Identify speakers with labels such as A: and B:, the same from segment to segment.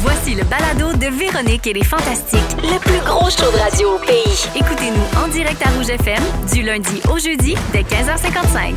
A: Voici le balado de Véronique et les Fantastiques, le plus gros show de radio au pays. Écoutez-nous en direct à Rouge FM du lundi au jeudi dès 15h55.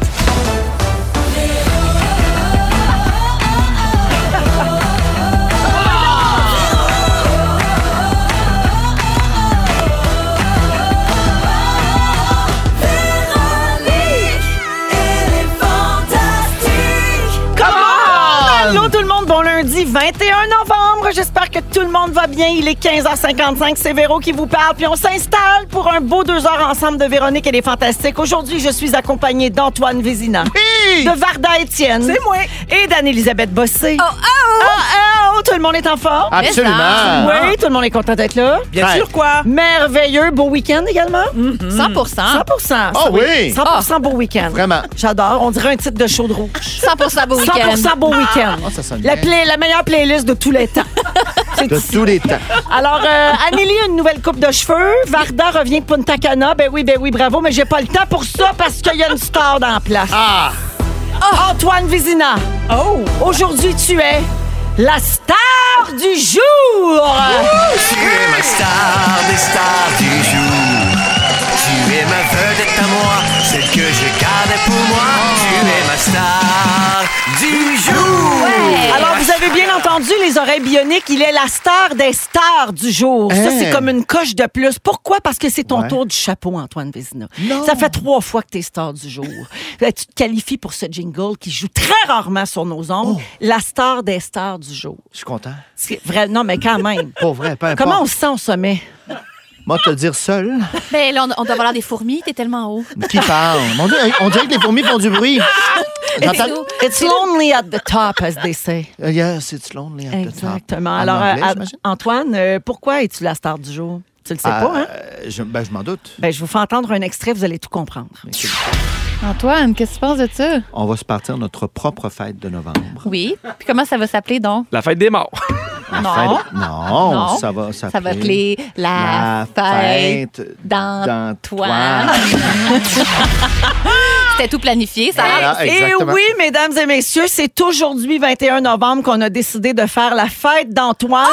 B: Allô tout le monde, bon lundi 21 novembre. J'espère que tout le monde va bien. Il est 15h55, c'est Véro qui vous parle. Puis on s'installe pour un beau deux heures ensemble de Véronique et les Fantastiques. Aujourd'hui, je suis accompagnée d'Antoine Vézina, de Varda Étienne. C'est moi. Et d'Anne-Élisabeth Bossé. Oh, oh, oh, tout le monde est en forme.
C: Absolument.
B: Oui, tout le monde est content d'être là.
C: Ah. Bien sûr,
B: quoi. Merveilleux, beau week-end également.
D: 100
B: 100%.
C: Ah oui.
B: 100% beau week-end.
C: Vraiment.
B: J'adore. On dirait un titre de show de rouge.
D: 100 beau week-end. Ah.
B: 100% beau week-end.
C: Oh, ça sonne
B: la,
C: bien.
B: play- la meilleure playlist de tous les temps. C'est
C: De
B: ici.
C: tous les temps.
B: Alors, euh, Amélie a une nouvelle coupe de cheveux. Varda revient de Punta Cana. Ben oui, ben oui, bravo, mais j'ai pas le temps pour ça parce qu'il y a une star dans la place. Oh!
C: Ah!
B: Antoine Vézina. Oh! Aujourd'hui, tu es la star du jour!
E: Tu es ma star des stars du jour. Tu es ma vedette à moi, celle que je gardais pour moi. Tu es ma star du jour.
C: Eh.
B: Alors, vous avez bien entendu les oreilles bioniques. Il est la star des stars du jour. Ça,
C: Hein?
B: c'est comme une coche de plus. Pourquoi? Parce que c'est ton
C: Ouais.
B: tour du chapeau, Antoine Vézina. Ça fait trois fois que tu es star du jour. Ben, tu te qualifies pour ce jingle qui joue très rarement sur nos ondes. La star des stars du jour.
C: Oh. Je suis content.
B: C'est vrai. Non, mais quand même.
C: Pour vrai, peu importe.
B: Comment on se sent au sommet?
C: Moi, te le dire seul.
D: Mais là, on, on doit avoir l'air des fourmis, t'es tellement haut.
C: Mais Qui parle? Mon Dieu, on dirait que les fourmis font du bruit. J'entends-
D: nous.
B: It's lonely at the top, as they say.
C: Euh, Yeah, c'est lonely at the top.
B: Exactement.
C: En
B: Alors,
C: anglais,
B: euh,
C: j'imagine?
B: Antoine, euh, pourquoi es-tu la star du jour? Tu le sais
C: Ah,
B: pas, hein?
C: euh, je, ben, je m'en doute.
B: Ben, je vous fais entendre un extrait, vous allez tout comprendre.
C: Mais c'est-
D: Antoine, qu'est-ce que tu penses de ça?
C: On va se partir notre propre fête de novembre.
D: Oui. Puis comment ça va s'appeler donc?
F: La fête des morts.
C: La
D: Non.
C: fête- non,
D: Ah. Non.
C: ça va
D: Ça va appeler la, fête. d'Antoine. C'était tout planifié, ça. a l'air.
C: Voilà,
B: Et
C: Ah, exactement.
B: oui, mesdames et messieurs, c'est aujourd'hui, 21 novembre, qu'on a décidé de faire la fête d'Antoine,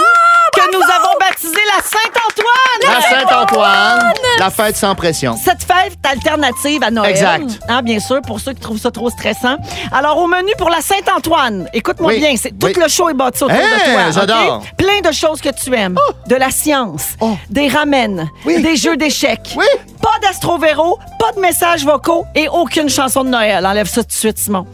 B: que nous avons baptisée la Saint-Antoine.
C: Ah, ben La Saint-Antoine, la fête sans pression.
B: Cette fête alternative à Noël.
C: Exact.
B: Hein, bien sûr, pour ceux qui trouvent ça trop stressant. Alors, au menu pour la Saint-Antoine, écoute-moi
C: Oui,
B: bien, c'est tout
C: oui.
B: le show est bâti autour
C: Hey,
B: de toi. ok?
C: j'adore.
B: Plein de choses que tu aimes. De la science,
C: Oh.
B: des ramen,
C: Oui.
B: des jeux d'échecs.
C: Oui.
B: Pas d'astrovéro, pas de messages vocaux et aucune chanson de Noël. Enlève ça tout de suite, Simon.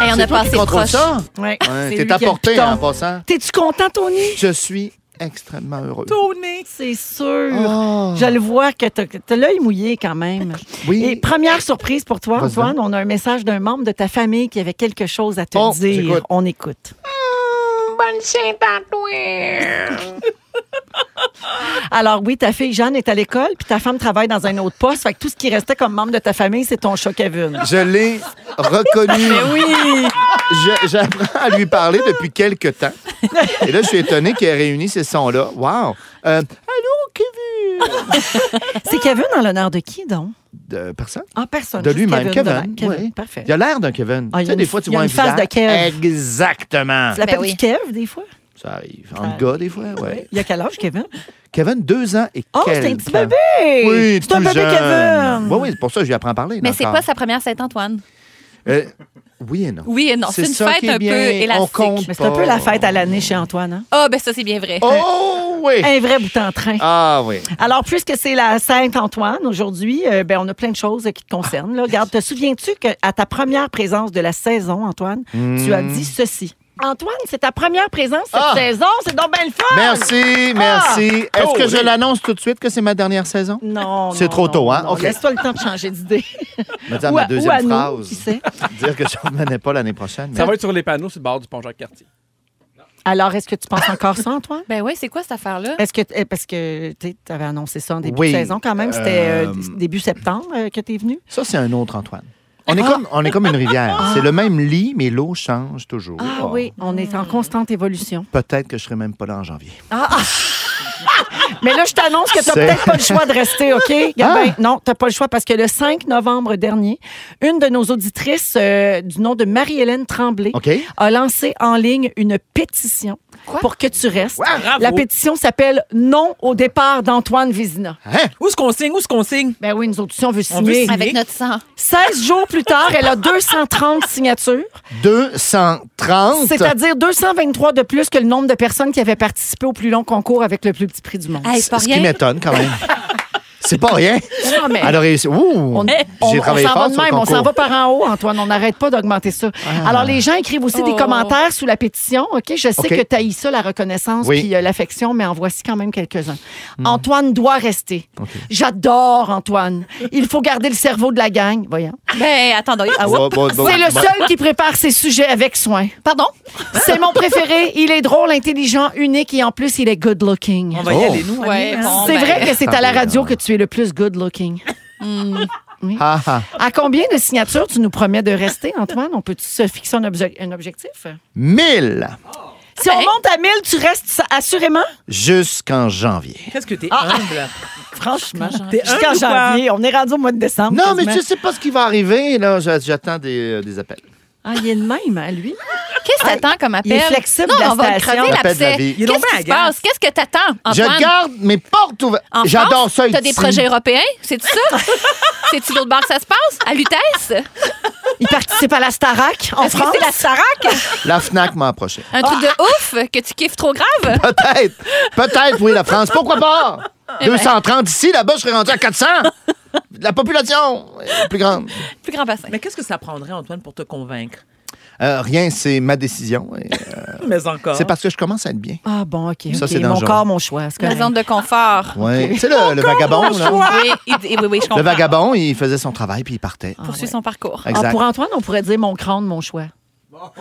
D: Hey, on a
C: C'est toi qui
D: passé
C: contrôle
D: proche.
C: ça?
B: Ouais.
C: Ouais,
B: C'est lui
C: T'es
B: qui a le
C: apporté hein,
B: piton.
C: en passant.
B: T'es-tu content, Tony?
C: Je suis extrêmement heureux.
B: Tony! C'est sûr.
C: Oh.
B: Je le vois que t'as t'as l'œil mouillé quand même.
C: Oui.
B: Et première surprise pour toi,
C: Vas-y
B: Antoine, on a un message d'un membre de ta famille qui avait quelque chose à te
C: Bon,
B: dire.
C: Oh, j'écoute.
B: On écoute.
D: Hum,
B: Alors oui, ta fille Jeanne est à l'école, puis ta femme travaille dans un autre poste. Fait que tout ce qui restait comme membre de ta famille, c'est ton choc à vune.
C: Je l'ai reconnu.
B: Oui!
C: Je- J'apprends à lui parler depuis quelque temps. Et là, je suis étonné qu'il ait réuni ces sons-là. Wow! Euh, Allô, Kevin!
B: C'est Kevin en l'honneur de qui, donc?
C: De Ah, personne?
B: En personne.
C: De
B: juste
C: lui-même,
B: Kevin.
C: Kevin.
B: de- Kevin,
C: oui.
B: Parfait.
C: Il a l'air d'un Kevin.
B: Ah, il y a
C: tu sais,
B: une-
C: des fois, tu
B: il y a
C: vois un
B: une face de
C: visage.
B: Kev.
C: Exactement.
B: Tu l'appelles
D: Ben oui.
B: du Kev, des fois?
C: Ça arrive. En gars, des fois, ouais.
B: Il y a quel âge, Kevin?
C: Kevin, deux ans et
B: Oh,
C: quelques.
B: c'est un petit bébé!
C: Oui,
B: c'est un
C: tout
B: bébé
C: jeune.
B: Kevin!
C: Oui, oui, c'est pour ça que je lui apprends à parler.
D: Mais
C: dans
D: c'est
C: le
D: quoi
C: temps.
D: sa première Saint-Antoine?
C: Euh, oui et non.
D: Oui et non. C'est une
C: ça
D: fête
C: qui est
D: un peu
C: bien. On
D: élastique.
C: compte
B: Mais c'est un peu la fête à l'année chez Antoine, hein?
D: Ah, ben ça, c'est bien vrai.
C: Oh oui!
B: Un vrai bout en train.
C: Ah oui.
B: Alors, puisque c'est la Sainte-Antoine aujourd'hui, euh, ben, on a plein de choses euh, qui te concernent. Là.
C: Ah.
B: Regarde, te souviens-tu qu'à ta première présence de la saison, Antoine, tu as dit ceci? Antoine, c'est ta première présence cette
C: Hmm. Ah!
B: saison. C'est donc bien le fun!
C: Merci,
B: Ah.
C: merci. Est-ce que
B: Oh,
C: je l'annonce tout de suite que c'est ma dernière saison?
B: Non,
C: C'est
B: non,
C: trop
B: non,
C: tôt, hein?
B: non.
C: OK.
B: Laisse-toi le temps de changer d'idée.
C: Me
B: Ou à-
C: dire ma
B: ou à
C: deuxième
B: nous,
C: phrase.
B: qui sait?
C: Dire que je ne revenais pas l'année prochaine. mais-
F: Ça va être sur les panneaux sur le bord du pont Jacques-Cartier.
B: Alors, est-ce que tu penses encore ça, Antoine?
D: Ben oui, c'est quoi cette affaire-là?
B: Est-ce que eh, parce que tu avais annoncé ça en début
C: Oui,
B: de saison quand même, c'était euh,
C: euh,
B: début septembre euh, que tu es venu.
C: Ça, c'est un autre Antoine. On est,
B: oh!
C: comme, on est comme une rivière. C'est le même lit, mais l'eau change toujours. Oh.
B: Ah oui, on est en constante évolution.
C: Peut-être que je serai même pas là en janvier.
B: Mais là, je t'annonce que tu
C: C'est-
B: peut-être pas le choix de rester, OK? Regarde
C: Ah!
B: bien, non, tu pas le choix parce que le 5 novembre dernier, une de nos auditrices euh, du nom de Marie-Hélène Tremblay
C: OK?
B: a lancé en ligne une pétition
D: Quoi?
B: pour que tu restes.
G: Bravo.
B: La pétition s'appelle Non au départ d'Antoine Vézina.
C: Hein?
G: Où est-ce qu'on signe? Où est-ce qu'on signe?
B: Ben oui, nous autres aussi, on veut
G: On veut
B: signer.
G: signer.
D: Avec notre sang.
B: 16 jours plus tard, elle a 230 signatures.
C: 230?
B: C'est-à-dire 223 de plus que le nombre de personnes qui avaient participé au plus long concours avec le plus petit prix du monde.
D: Hey, c'est pas
C: Ce qui
D: rien.
C: m'étonne quand même. c'est pas rien.
B: Non, Ah, mais
C: Elle a réussi. Ouh!
B: on, on-
C: J'ai
B: on
C: travaillé
B: s'en va
C: fort
B: de
C: sur le
B: même, on s'en
C: concours. Ah.
B: va par en haut, Antoine. On n'arrête pas d'augmenter ça. Alors, les gens écrivent aussi des
D: Oh.
B: commentaires sous la pétition. OK, je sais
C: OK.
B: que tu ça, la reconnaissance
C: Oui. Hmm.
B: puis euh, l'affection, mais en voici quand même quelques-uns. Antoine doit rester. J'adore Antoine. Il faut garder le cerveau de la gang. Voyons.
D: Ben, attendez. Ah, oups.
C: Bon, bon, bon,
B: C'est le
C: bon.
B: seul qui prépare ses sujets avec soin.
D: Pardon?
B: C'est mon préféré. Il est drôle, intelligent, unique et en plus, il est good looking.
G: On va y
C: Oh.
G: aller, nous.
D: Ouais,
G: Annie, hein?
D: bon,
B: C'est
D: ben,
B: vrai que c'est à la
C: Attendez,
B: radio
C: là.
B: que tu es le plus good looking.
C: Ah, ah.
B: À combien de signatures tu nous promets de rester, Antoine? On peut-tu se fixer un, obje- un objectif?
C: 1000
B: Si on monte à 1000, tu restes ça- assurément?
C: jusqu'en janvier.
G: Qu'est-ce que t'es humble?
B: Franchement.
G: T'es
B: Jusqu'en
G: humble ou quoi?
B: janvier. On est rendu au mois de décembre.
C: Non, mais
B: quasiment.
C: tu sais pas ce qui va arriver. là. J'a- J'attends des, euh, des appels.
B: Ah, il est le même, hein, lui.
D: Qu'est-ce que t'attends comme appel?
B: Il est flexible,
D: Non,
B: la
D: on va le
B: station.
D: crever
C: Appel de la
D: l'abcès.
C: vie.
G: Il est donc
D: Qu'est-ce
G: bien
D: qui se
G: agace.
D: passe? Qu'est-ce que t'attends, Antoine?
C: Je garde mes portes ouvertes.
D: En
C: J'adore
D: France,
C: ça
D: T'as
C: ici.
D: des projets européens? C'est-tu ça? C'est-tu l'autre bord que ça se passe? À l'UTES?
B: Il participe à la Starac en
D: Est-ce que
B: France.
D: c'est la Starac?
C: La FNAC m'a approché.
D: Un truc
C: Ah.
D: de ouf que tu kiffes trop grave?
C: Peut-être. Peut-être, oui, la France. Pourquoi pas?
B: Eh ben.
C: 230 ici, là-bas, je serais rendu à 400. La population est plus grande.
D: Plus grand bassin.
G: Mais qu'est-ce que ça prendrait, Antoine, pour te convaincre?
C: Euh, rien, c'est ma décision. Et, euh,
G: Mais encore.
C: c'est parce que je commence à être bien.
B: Ah bon, OK.
C: Ça,
B: ok.
C: c'est
B: Mon
C: dangereux.
B: corps, mon choix. c'est
D: La
B: correct.
D: zone de confort.
C: Ouais. Tu sais, le, le vagabond, là.
D: Oui, il- oui, oui, je comprends.
C: Ah, Le vagabond, il faisait son travail puis il partait.
D: Poursuit son parcours.
B: Ah,
C: Exact.
B: pour Antoine, on pourrait dire mon crâne, mon choix.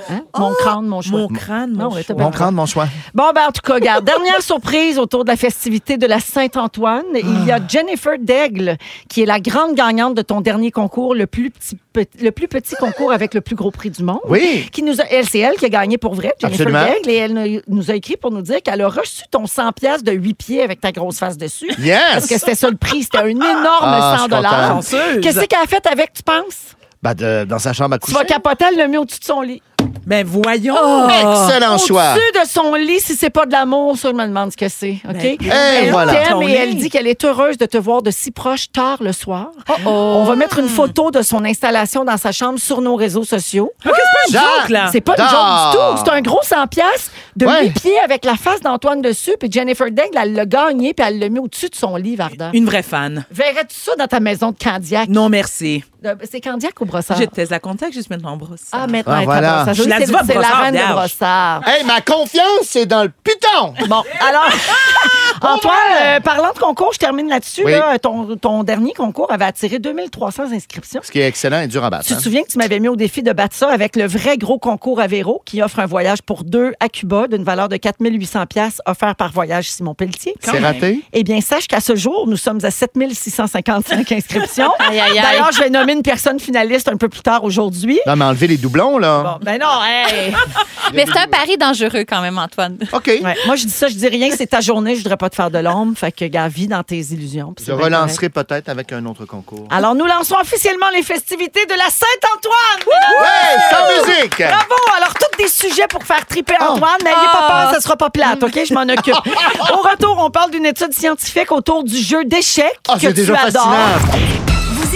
B: Hein? Mon crâne, mon choix. Hein?
G: Oh! Mon crâne,
B: Non,
G: mon
B: mais t'as
G: choix.
C: Bon crâne, mon choix.
B: Bon, ben, en tout cas, regarde, dernière surprise autour de la festivité de la Saint-Antoine. Il y
C: Ah.
B: a Jennifer Daigle, qui est la grande gagnante de ton dernier concours, le plus petit, pe- le plus petit concours avec le plus gros prix du monde.
C: Oui.
B: Qui nous a, elle, c'est elle qui a gagné pour vrai, Jennifer
C: Absolument.
B: Daigle, et elle nous- nous a écrit pour nous dire qu'elle a reçu ton 100 pièces de 8 pieds avec ta grosse face dessus. Parce que
C: Yes!
B: c'était ça le prix, c'était un énorme
C: Ah, je
B: 100
C: suis content.
G: Chanceuse.
B: Qu'est-ce qu'elle a fait avec, tu penses?
C: Ben, de- dans sa chambre à
B: Tu
C: coucher.
B: vas capoter, elle l'a mis au-dessus de son lit.
G: Mais voyons.
C: Excellent choix.
B: Oh, Au-dessus de son lit, si c'est pas de l'amour, ça, je me demande ce que c'est. OK?
G: Ben,
B: elle
C: Eh, voilà.
B: t'aime
G: Ton
B: et elle
G: lit. Oh,
B: dit qu'elle est heureuse de te voir de si proche tard le soir. On va mettre une photo de son installation dans sa chambre sur nos réseaux sociaux.
G: Ah, qu'est-ce que c'est pas une joke, là?
B: C'est pas une joke
C: Ah!
B: du tout. C'est un gros 100 pièces de
C: Ouais.
B: huit pieds avec la face d'Antoine dessus. Puis Jennifer Daigle, elle l'a gagné puis elle l'a mis au-dessus de son lit, Varda.
G: Une vraie fan.
B: Verrais-tu ça dans ta maison de Candiac?
G: Non, merci.
B: Euh, C'est Candiac ou Brossard?
G: J'étais à contact juste maintenant en brosse.
B: Ah, maintenant, elle
C: Ah,
B: est à
C: voilà.
B: Brossard.
G: Je la
B: C'est
G: dis pas
B: c'est la
G: Brossard,
B: reine de
G: vierge.
B: Brossard.
C: Hey, ma confiance, c'est dans le piton.
B: Bon, alors, Antoine, euh, parlant de concours, je termine là-dessus.
C: Oui.
B: là. ton, ton dernier concours avait attiré 2300 inscriptions.
C: Ce qui est excellent et dur à battre.
B: Tu
C: hein.
B: te souviens que tu m'avais mis au défi de battre ça avec le vrai gros concours Avero qui offre un voyage pour deux à Cuba d'une valeur de 4800 pièces offert par Voyage Simon Pelletier.
C: C'est raté?
B: Eh bien, sache qu'à ce jour, nous sommes à 7655 inscriptions.
D: Aïe, aïe, aïe.
B: D'ailleurs, je vais nommer une personne finaliste un peu plus tard aujourd'hui.
C: Non, mais enlever les doublons, là.
B: Bon, ben non, hey!
D: Mais c'est un pari dangereux quand même, Antoine.
C: OK.
B: Ouais, Moi, je dis ça, je dis rien, c'est ta journée, je voudrais pas te faire de l'ombre. Fait que, gars, vis dans tes illusions. puis
C: Je
B: c'est bien correct.
C: relancerai peut-être avec un autre concours.
B: Alors, nous lançons officiellement les festivités de la Saint-Antoine. mesdames.
C: Hey, sans musique! Ah,
B: Bravo! Alors, tous des sujets pour faire triper
C: Oh.
B: Antoine. N'ayez pas
D: Ah.
B: peur, ça sera pas plate, OK? Je m'en occupe. Au retour, on parle d'une étude scientifique autour du jeu d'échecs
C: Ah,
B: que
C: c'est
B: tu
C: déjà
B: adores.
C: fascinant.
A: Vous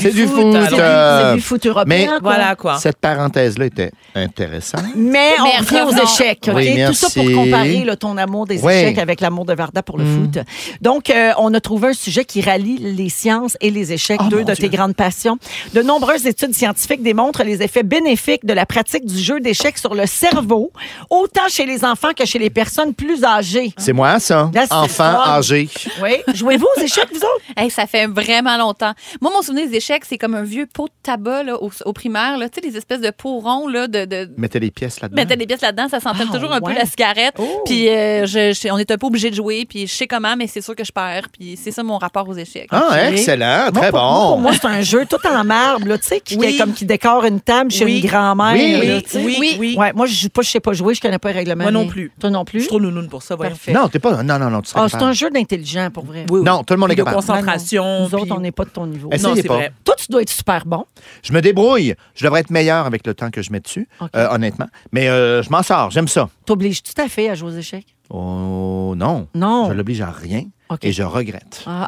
C: C'est du foot.
B: C'est du-
C: euh,
B: c'est du foot européen.
C: mais-
B: quoi. Ah.
G: Voilà quoi.
C: Cette parenthèse-là était intéressante.
B: Mais on
D: Mais
B: revient aux
D: revenons.
B: échecs. ok?
C: Oui,
B: Tout ça pour
C: merci.
B: comparer là, ton amour des
C: Oui.
B: échecs avec l'amour de Varda pour le
G: Mm.
B: foot. Donc, euh, on a trouvé un sujet qui rallie les sciences et les échecs,
G: Oh
B: deux de tes grandes passions. De nombreuses études scientifiques démontrent les effets bénéfiques de la pratique du jeu d'échecs sur le cerveau, autant chez les enfants que chez les personnes plus âgées.
C: C'est moi, ça.
B: Là, Ah, c'est
C: Enfant,
B: fun.
C: âgé.
B: Oui. Jouez-vous aux échecs, vous autres?
D: Hey, ça fait vraiment longtemps. Moi, mon souvenir des échecs, c'est comme un vieux pot de tabac là, au, au primaire. là. Tu sais, les espèces de pots ronds là, de, de,
C: Mettez les pièces là-dedans.
D: mettais des pièces là-dedans, ça sentait
B: Ah,
D: toujours un
B: ouais.
D: peu la cigarette. Puis euh, je- je- on est un peu obligé de jouer, puis je sais comment, mais c'est sûr que je perds. Puis c'est ça mon rapport aux échecs.
C: Ah,
B: Ok.
C: excellent. Très
B: Pour- moi, Pour
C: bon.
B: moi, c'est un jeu tout en marbre, là, tu sais, qui,
G: Oui.
B: qui- comme qui décore une table chez
G: Oui.
B: une grand-mère.
C: Oui.
B: là,
G: Oui,
B: tu sais.
G: oui, oui.
B: Ouais, moi, je joue pas, je sais pas jouer, je connais pas les règlements.
G: Moi non
B: mais-
G: plus.
B: Toi non plus?
G: Je suis trop nounoune pour ça. voyons.
B: Parfait.
C: Non, t'es pas. Non, non, non, tu serais
B: Ah, c'est
C: capable.
B: un jeu d'intelligent pour vrai.
G: Oui, oui.
C: Non, tout le monde est
G: Puis de
C: capable.
G: concentration.
B: Nous autres,
G: puis-
B: on n'est pas de ton niveau.
C: Est-ce-
G: Non,
C: Essayez
G: c'est
C: pas.
G: vrai.
B: Toi, tu dois être super bon.
C: Je me débrouille. Je devrais être meilleur avec le temps que je mets dessus,
B: OK.
C: euh, honnêtement. Mais euh, je m'en sors. J'aime ça.
B: T'obliges tout à fait à jouer aux échecs.
C: Oh non.
B: Non.
C: Je l'oblige à rien
B: OK.
C: et je regrette.
B: Ah.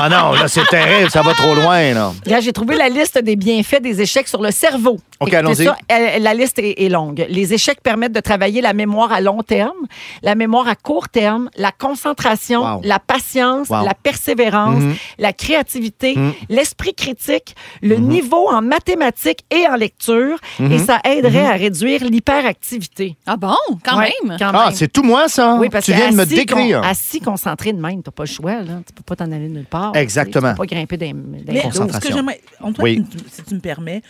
C: Ah non, là, c'est terrible. Ça va trop loin, là.
B: Là, j'ai trouvé la liste des bienfaits des échecs sur le cerveau.
C: OK,
B: Écoutez
C: allons-y.
B: ça, elle- La liste est, est longue. Les échecs permettent de travailler la mémoire à long terme, la mémoire à court terme, la concentration,
C: Wow.
B: la patience,
C: Wow. Mm-hmm. Mm.
B: la persévérance, la créativité, l'esprit critique, le
C: Mm-hmm.
B: niveau en mathématiques et en lecture, et ça aiderait
C: Mm-hmm.
B: à réduire l'hyperactivité.
D: Ah bon? Quand
B: Ouais,
D: même?
B: quand
C: Ah,
B: même.
C: c'est tout moi, ça.
B: Oui, parce
C: tu
B: que
C: viens de me
B: assis,
C: décrire.
B: con- assis
D: concentré de même. T'as pas le choix, là. Tu peux pas t'en aller nulle part.
C: Exactement.
D: Tu peux pas grimper des. des
G: Mais
D: gros-
G: ce que
C: Concentration.
G: j'aimerais, Antoine,
C: Oui.
G: tu- si tu me permets,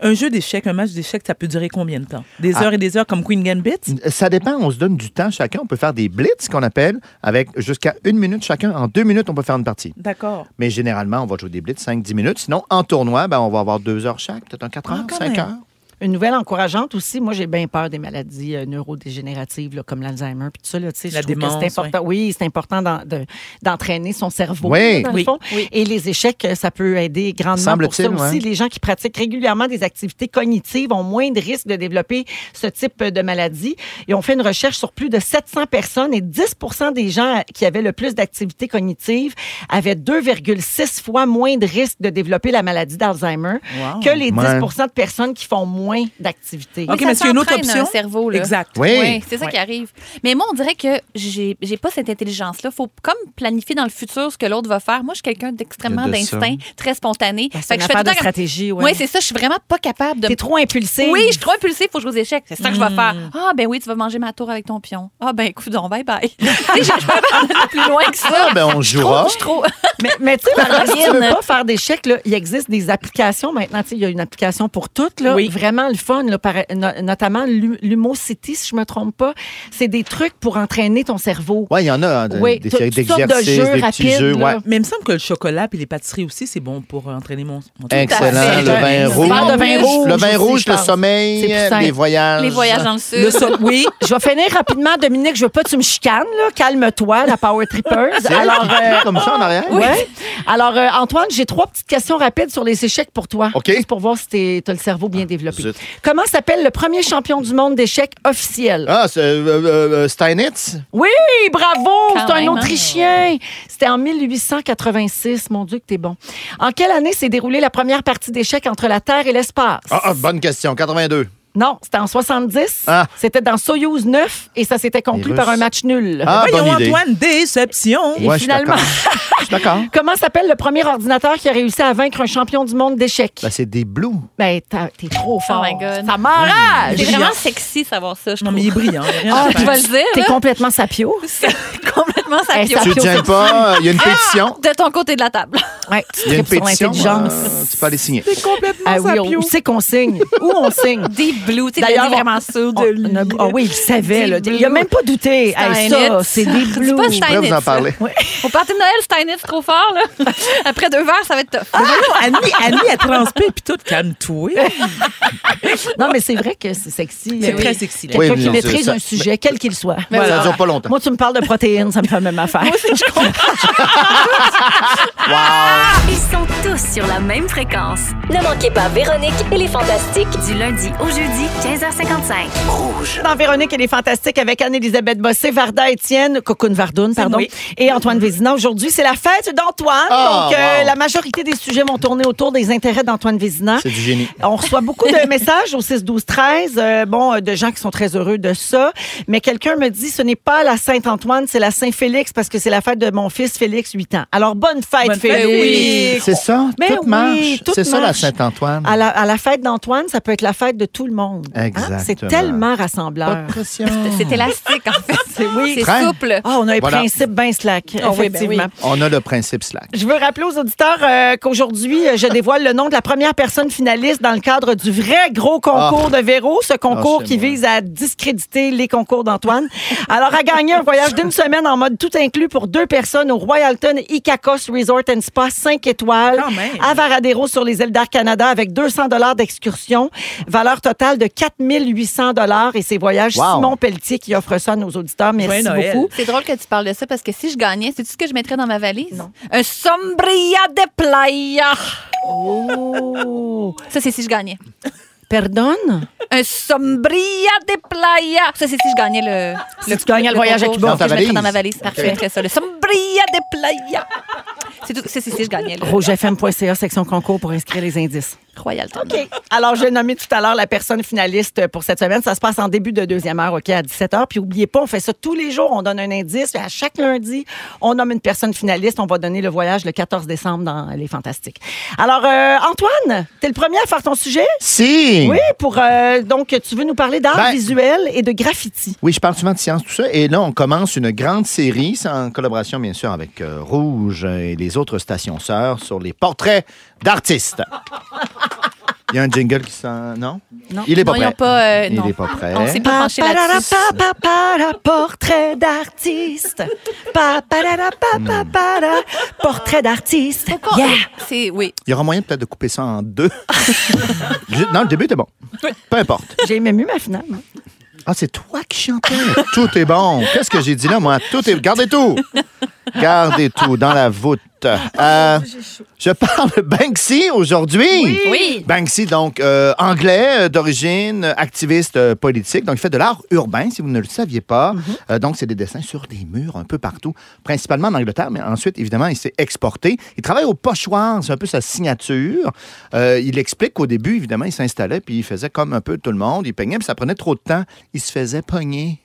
G: un jeu d'échecs, un match d'échecs, ça peut durer combien de temps?
C: Ah.
G: Des heures et des heures comme Queen Gambit?
C: Ça dépend, on se donne du temps chacun. On peut faire des blitz qu'on appelle avec jusqu'à une minute chacun. En deux minutes, on peut faire une partie.
G: D'accord.
C: Mais généralement, on va jouer des blitz 5-10 minutes. Sinon, en tournoi, ben, on va avoir deux heures chaque, peut-être en 4
G: Ah,
C: heures,
G: quand
C: 5
G: même.
C: heures.
B: Une nouvelle encourageante aussi. Moi, j'ai bien peur des maladies euh, neurodégénératives là, comme l'Alzheimer puis tout ça. Là, tu sais,
G: La
B: je trouve que
G: démence,
B: c'est important. Oui, c'est important d'en- de- d'entraîner son cerveau.
C: Oui.
B: là, dans le
G: Oui.
B: fond. Et les échecs, euh, ça peut aider grandement pour ça
C: Semble-t-il,
B: aussi.
C: ouais.
B: Les gens qui pratiquent régulièrement des activités cognitives ont moins de risques de développer ce type euh, de maladie. Et on fait une recherche sur plus de 700 personnes et 10 des gens euh, qui avaient le plus d'activités cognitives avaient 2,6 fois moins de risques de développer la maladie d'Alzheimer
G: Wow.
B: que les 10
C: Ouais.
B: de personnes qui font moins d'activités.
G: OK,
H: ça
G: mais est-ce qu'il y a une autre
H: s'entraîne,
G: option?
H: un cerveau, là.
G: Exact.
C: Oui.
H: Oui, c'est ça qui arrive. Mais moi, on dirait que j'ai j'ai pas cette intelligence-là. Faut comme planifier dans le futur ce que l'autre va faire. Moi, je suis quelqu'un d'extrêmement
C: Il y a de ça.
H: d'instinct, très spontané.
B: Ben, c'est
H: Fait
B: une
H: que je fais
B: affaire
H: tout le
B: de
H: temps comme-
B: stratégie, ouais.
H: Oui, c'est ça. Je suis vraiment pas capable de.
B: T'es trop Mm. impulsif.
H: Oui, je suis trop impulsive, faut que je joue aux échecs. C'est ça que je vais faire. Ah, ben oui, tu vas manger ma tour avec ton pion. Ah, ben écoute donc, bye bye. Tu sais, je je peux pas aller plus loin que ça.
C: Ah, ben, on
H: Je trouve-
C: jouera.
H: je trouve.
B: Mais, mais tu sais, Marie, si tu veux
H: Marine.
B: pas faire des chèques, là, il existe des applications maintenant. Tu sais, il y a une application pour toutes. Là,
G: Oui.
B: Vraiment le fun, là, par- no- notamment l'Hu- l'Humocity, si je me trompe pas. C'est des trucs pour entraîner ton cerveau.
C: Oui, il y en a hein, de-
B: Oui,
C: des
B: toutes
C: séries
B: sortes de
C: d'exercices,
B: jeux
C: des petits
B: rapides,
C: jeux.
B: là.
C: ouais.
G: Mais il me semble que le chocolat et les pâtisseries aussi, c'est bon pour euh, entraîner mon. mon
C: Excellent.
H: fait.
B: Ah,
C: Le vin
H: Un
C: rouge.
H: verre de vin
C: Le
B: rouge aussi,
C: vin rouge,
B: je
C: le
B: pense.
C: sommeil,
B: C'est plus simple.
C: les voyages.
H: Les voyages dans le sud.
B: Le sol- oui, je vais finir rapidement, Dominique. Je veux pas que tu me chicanes. là. Calme-toi, la Power Trippers. Alors,
C: Alors,
B: euh,
C: comme ça en arrière.
B: ouais. Alors euh, Antoine, j'ai trois petites questions rapides sur les échecs pour toi.
C: OK. Ah,
B: Juste pour voir si tu as le cerveau bien développé.
C: zut.
B: Comment s'appelle le premier champion du monde d'échecs officiel?
C: Ah, c'est, euh, euh, euh, Steinitz?
B: Oui, bravo!
H: Quand
B: C'est un
H: même, hein?
B: Autrichien. C'était en 1886. Mon Dieu, que t'es bon. En quelle année s'est déroulée la première partie d'échecs entre la Terre et l'espace?
C: Ah, ah, bonne question. 82.
B: Non, c'était en 70.
C: Ah.
B: C'était dans Soyouz 9 et ça s'était conclu
C: Les
B: par un
C: Russes.
B: match nul.
C: Ah,
G: Voyons,
C: bonne idée.
G: Antoine, déception.
C: Ouais, je suis
B: finalement-
C: d'accord. Je suis d'accord.
B: Comment s'appelle le premier ordinateur qui a réussi à vaincre un champion du monde d'échecs?
C: Ben, c'est des blues.
B: Ben, t'as- t'es trop fort.
H: Oh my God.
B: Ça m'enrage!
H: C'est vraiment sexy savoir ça, je
G: Non, mais il est
H: trouve.
G: brillant. il y a rien
B: Ah,
G: à
H: Je
G: faire.
H: vais le dire.
B: T'es
H: là.
B: complètement sapio.
H: C'est complètement
B: Eh,
H: sapio.
B: ça-
C: Tu ne
B: Papillon.
C: tiens pas. Il
B: Ah!
C: y a une pétition.
H: De ton côté de la table.
B: Ouais, tu
C: Il y a une
B: tripes sur
C: pétition.
B: l'intelligence.
C: euh, tu peux aller signer.
G: complètement
B: Ah oui,
G: sapio.
B: on- où c'est qu'on signe? Où on signe?
H: Deep Blue, tu sais,
B: D'ailleurs,
H: t'es vraiment sûr
B: On-
H: de lui.
B: on a- Ah oui, il savait.
H: Des
B: Là. Il n'a
H: blues.
B: même pas douté. Hey, ça,
H: Steinitz.
B: c'est des
H: C'est
B: blues.
H: pas
C: Je pourrais vous en parler.
H: Au party de Noël, Steinitz, trop fort, là. Après deux verres, ça va être tough.
B: Ah!
G: Annie, Annie, elle transpire, puis tout, calme-toi.
B: Non, mais c'est vrai que c'est sexy.
G: C'est
B: Euh,
G: très sexy, là.
B: Quelqu'un
C: Oui,
B: qui
C: mais
B: maîtrise
C: ça-
B: un sujet, quel qu'il soit.
C: Ça ne dure pas longtemps.
B: Ben Moi, tu me parles de protéines, ça me fait la même affaire.
A: Ils sont tous sur la même fréquence.
F: Ne manquez pas Véronique et les Fantastiques.
A: Du lundi au jeudi, 15h55.
B: Dans Véronique, elle est fantastique avec Anne-Elisabeth Bossé, Varda Étienne, Cocoon Vardoun, pardon,
G: moi.
B: et Antoine Vézina. Aujourd'hui, c'est la fête d'Antoine.
C: Ah,
B: donc, euh,
C: wow.
B: la majorité des sujets vont tourner autour des intérêts d'Antoine Vézina.
C: C'est du génie.
B: On reçoit beaucoup de messages au 6 12 13 euh, bon euh, de gens qui sont très heureux de ça, mais quelqu'un me dit ce n'est pas la Saint-Antoine, c'est la Saint-Félix parce que c'est la fête de mon fils Félix 8 ans. Alors bonne fête
G: Bonne fête, Ben
B: Félix.
G: oui.
C: C'est ça.
B: Mais
C: tout
B: Ben oui,
C: marche.
B: tout
C: C'est ça la
B: marche.
C: Saint-Antoine.
B: À la, à la fête d'Antoine, ça peut être la fête de tout le monde. hein?
C: Exactement.
B: C'est tellement
C: Pas de
B: rassembleur.
C: pression.
H: C'est élastique, en fait. C'est
C: Train.
H: souple.
B: Ah, on a un
C: Voilà.
B: principe bien slack,
H: Ah oui, ben
B: effectivement.
H: oui.
C: On a le principe slack.
B: Je veux rappeler aux auditeurs euh, qu'aujourd'hui, euh, je dévoile le nom de la première personne finaliste dans le cadre du vrai gros concours de Véro, ce concours
C: Ah, c'est
B: qui
C: moi.
B: vise à discréditer les concours d'Antoine. Alors, à gagner un voyage d'une semaine en mode tout inclus pour deux personnes au Royalton Icacos Resort and Spa 5 étoiles
G: Quand même.
B: à Varadero sur les îles d'Air Canada avec 200 dollars d'excursion, valeur totale de 4800 dollars et ces voyages
C: Wow.
B: Simon Pelletier qui offre ça à nos auditeurs. Merci
G: Joyeux Noël.
B: beaucoup.
H: C'est drôle que tu parles de ça parce que si je gagnais, c'est tout ce que je mettrais dans ma valise? Un sombrilla de playa.
B: Oh,
H: Ça, c'est si je gagnais.
B: pardonne.
H: Un sombrilla de playa. Ça, c'est si je gagnais le.
B: Si tu gagnais le voyage à
H: concours.
B: Cuba.
H: C'est ce que
C: Dans ta
H: je mettrais dans
C: valise.
H: ma valise. Parfait, je mettrais ça. Le sombrilla de playa. C'est tout. Ça, c'est si je gagnais. là.
B: rougefm.ca, section concours pour inscrire les indices.
H: Royal Tenenbaums.
B: OK. Alors, j'ai nommé tout à l'heure la personne finaliste pour cette semaine. Ça se passe en début de deuxième heure, OK, à 17h. Puis, oubliez pas, on fait ça tous les jours. On donne un indice. À chaque lundi, on nomme une personne finaliste. On va donner le voyage le 14 décembre dans Les Fantastiques. Alors, euh, Antoine, t'es le premier à faire ton sujet?
C: Si!
B: Oui, pour. euh, donc, tu veux nous parler d'art
C: Ben-
B: visuel et de graffiti.
C: Oui, je parle souvent de science, tout ça. Et là, on commence une grande série, c'est en collaboration, bien sûr, avec euh, Rouge et les autres stations sœurs sur les portraits d'artistes. Il y a un jingle qui sent. Non?
H: Non.
C: Il est pas
H: Non, ils
C: prêt.
H: ont pas, euh,
C: Il
H: non.
C: est pas prêt.
H: On s'est pas penché
B: Ah,
H: là-dessus.
B: Pa-pa-ra-pa-pa-pa-ra, portrait d'artiste. Pa-pa-ra-pa-pa-pa-ra, portrait d'artiste.
H: Pourquoi-
B: Yeah!
H: C'est, oui.
C: Il y aura moyen peut-être de couper ça en deux. Juste- non, le début était bon. Peu importe.
B: J'ai même eu ma finale. moi.
C: Ah, c'est toi qui chantais. Tout est bon. Qu'est-ce que j'ai dit là, moi? Tout est. Gardez tout. Gardez tout dans la voûte. Euh, je parle de Banksy aujourd'hui.
H: Oui.
C: Banksy, donc euh, anglais euh, d'origine, euh, activiste euh, politique. Donc, il fait de l'art urbain, si vous ne le saviez pas. Euh, donc, c'est des dessins sur des murs un peu partout, principalement en Angleterre, mais ensuite, évidemment, il s'est exporté. Il travaille au pochoir, c'est un peu sa signature. Euh, il explique qu'au début, évidemment, il s'installait, puis il faisait comme un peu tout le monde. Il peignait, puis ça prenait trop de temps. Il se faisait pogner.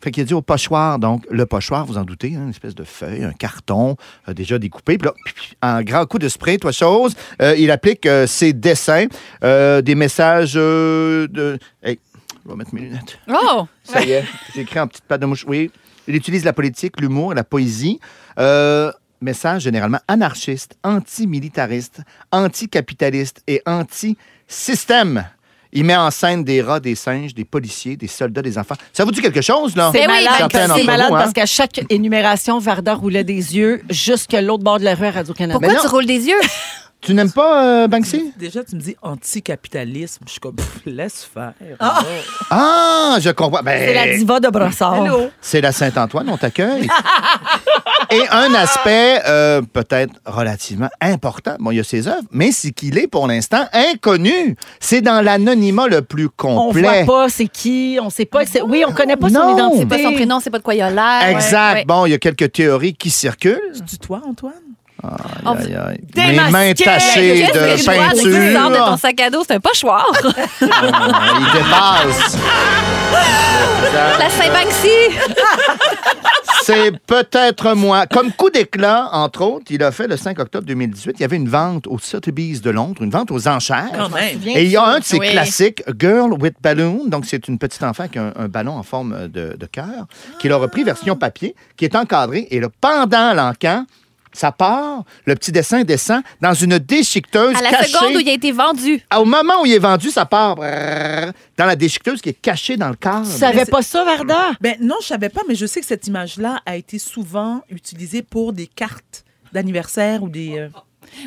C: Fait qu'il a dit au pochoir. Donc, le pochoir, vous en doutez, hein, une espèce de feuille, un carton euh, déjà découpé. Puis là, pip, pip, un grand coup de spray, toi chose, euh, il applique euh, ses dessins, euh, des messages euh, de... Hey, je vais mettre mes lunettes.
H: Oh!
C: Ça y est, j'ai écrit en petite patte de mouche. Oui, il utilise la politique, l'humour, la poésie. Euh, message généralement anarchiste, anti-militariste, anti-capitaliste et anti-système. Il met en scène des rats, des singes, des policiers, des soldats, des enfants. Ça vous dit quelque chose, là?
H: C'est Eh oui,
B: malade,
C: certains
B: Ben c'est
C: d'entre
B: malade
C: vous, hein.
B: parce qu'à chaque énumération, Varda roulait des yeux jusque l'autre bord de la rue à Radio-Canada.
H: Pourquoi
C: non.
H: tu roules des yeux?
C: Tu n'aimes pas euh, Banksy?
G: Déjà, tu me dis anticapitalisme. Je suis comme, pff, laisse faire.
C: Ah, je comprends. Ben,
B: C'est la diva de Brossard.
C: C'est la Saint-Antoine, on t'accueille. Et un aspect euh, peut-être relativement important, bon, il y a ses œuvres, mais c'est qu'il est pour l'instant inconnu. C'est dans l'anonymat le plus
B: On
C: complet.
B: voit pas c'est qui, on sait pas. c'est- Oui, on connaît pas son
C: Non.
B: identité.
H: C'est pas son prénom, c'est pas de quoi il a l'air.
C: Exact.
H: Ouais, ouais.
C: Bon, il y a quelques théories qui circulent.
G: Tu toi, Antoine?
H: On-
C: Aïe, aïe. Mes
B: Démasqué!
C: mains tachées
H: Qu'est-ce que
C: de
H: je vois de ce qui sort de ton
C: peinture.
H: sac à dos? C'est un pochoir.
C: Ah, Il dépasse.
H: la Saint-Banksy.
C: C'est peut-être moi. Comme coup d'éclat, entre autres, il a fait le 5 octobre 2018. Il y avait une vente au Sotheby's de Londres, une vente aux enchères.
G: Quand même.
C: Et il y a un de ses
H: Oui.
C: classiques, Girl with Balloon. Donc, c'est une petite enfant avec un, un ballon en forme de, de cœur, qu'il a repris version papier, qui est encadré. Et là, pendant l'encan, ça part, le petit dessin descend dans une déchiqueteuse
H: À la
C: cachée.
H: seconde où il a été vendu.
C: Au moment où il est vendu, ça part brrr, dans la déchiqueteuse qui est cachée dans le cadre.
B: Tu savais pas ça, Varda?
G: Ben non, je savais pas, mais je sais que cette image-là a été souvent utilisée pour des cartes d'anniversaire ou des. euh,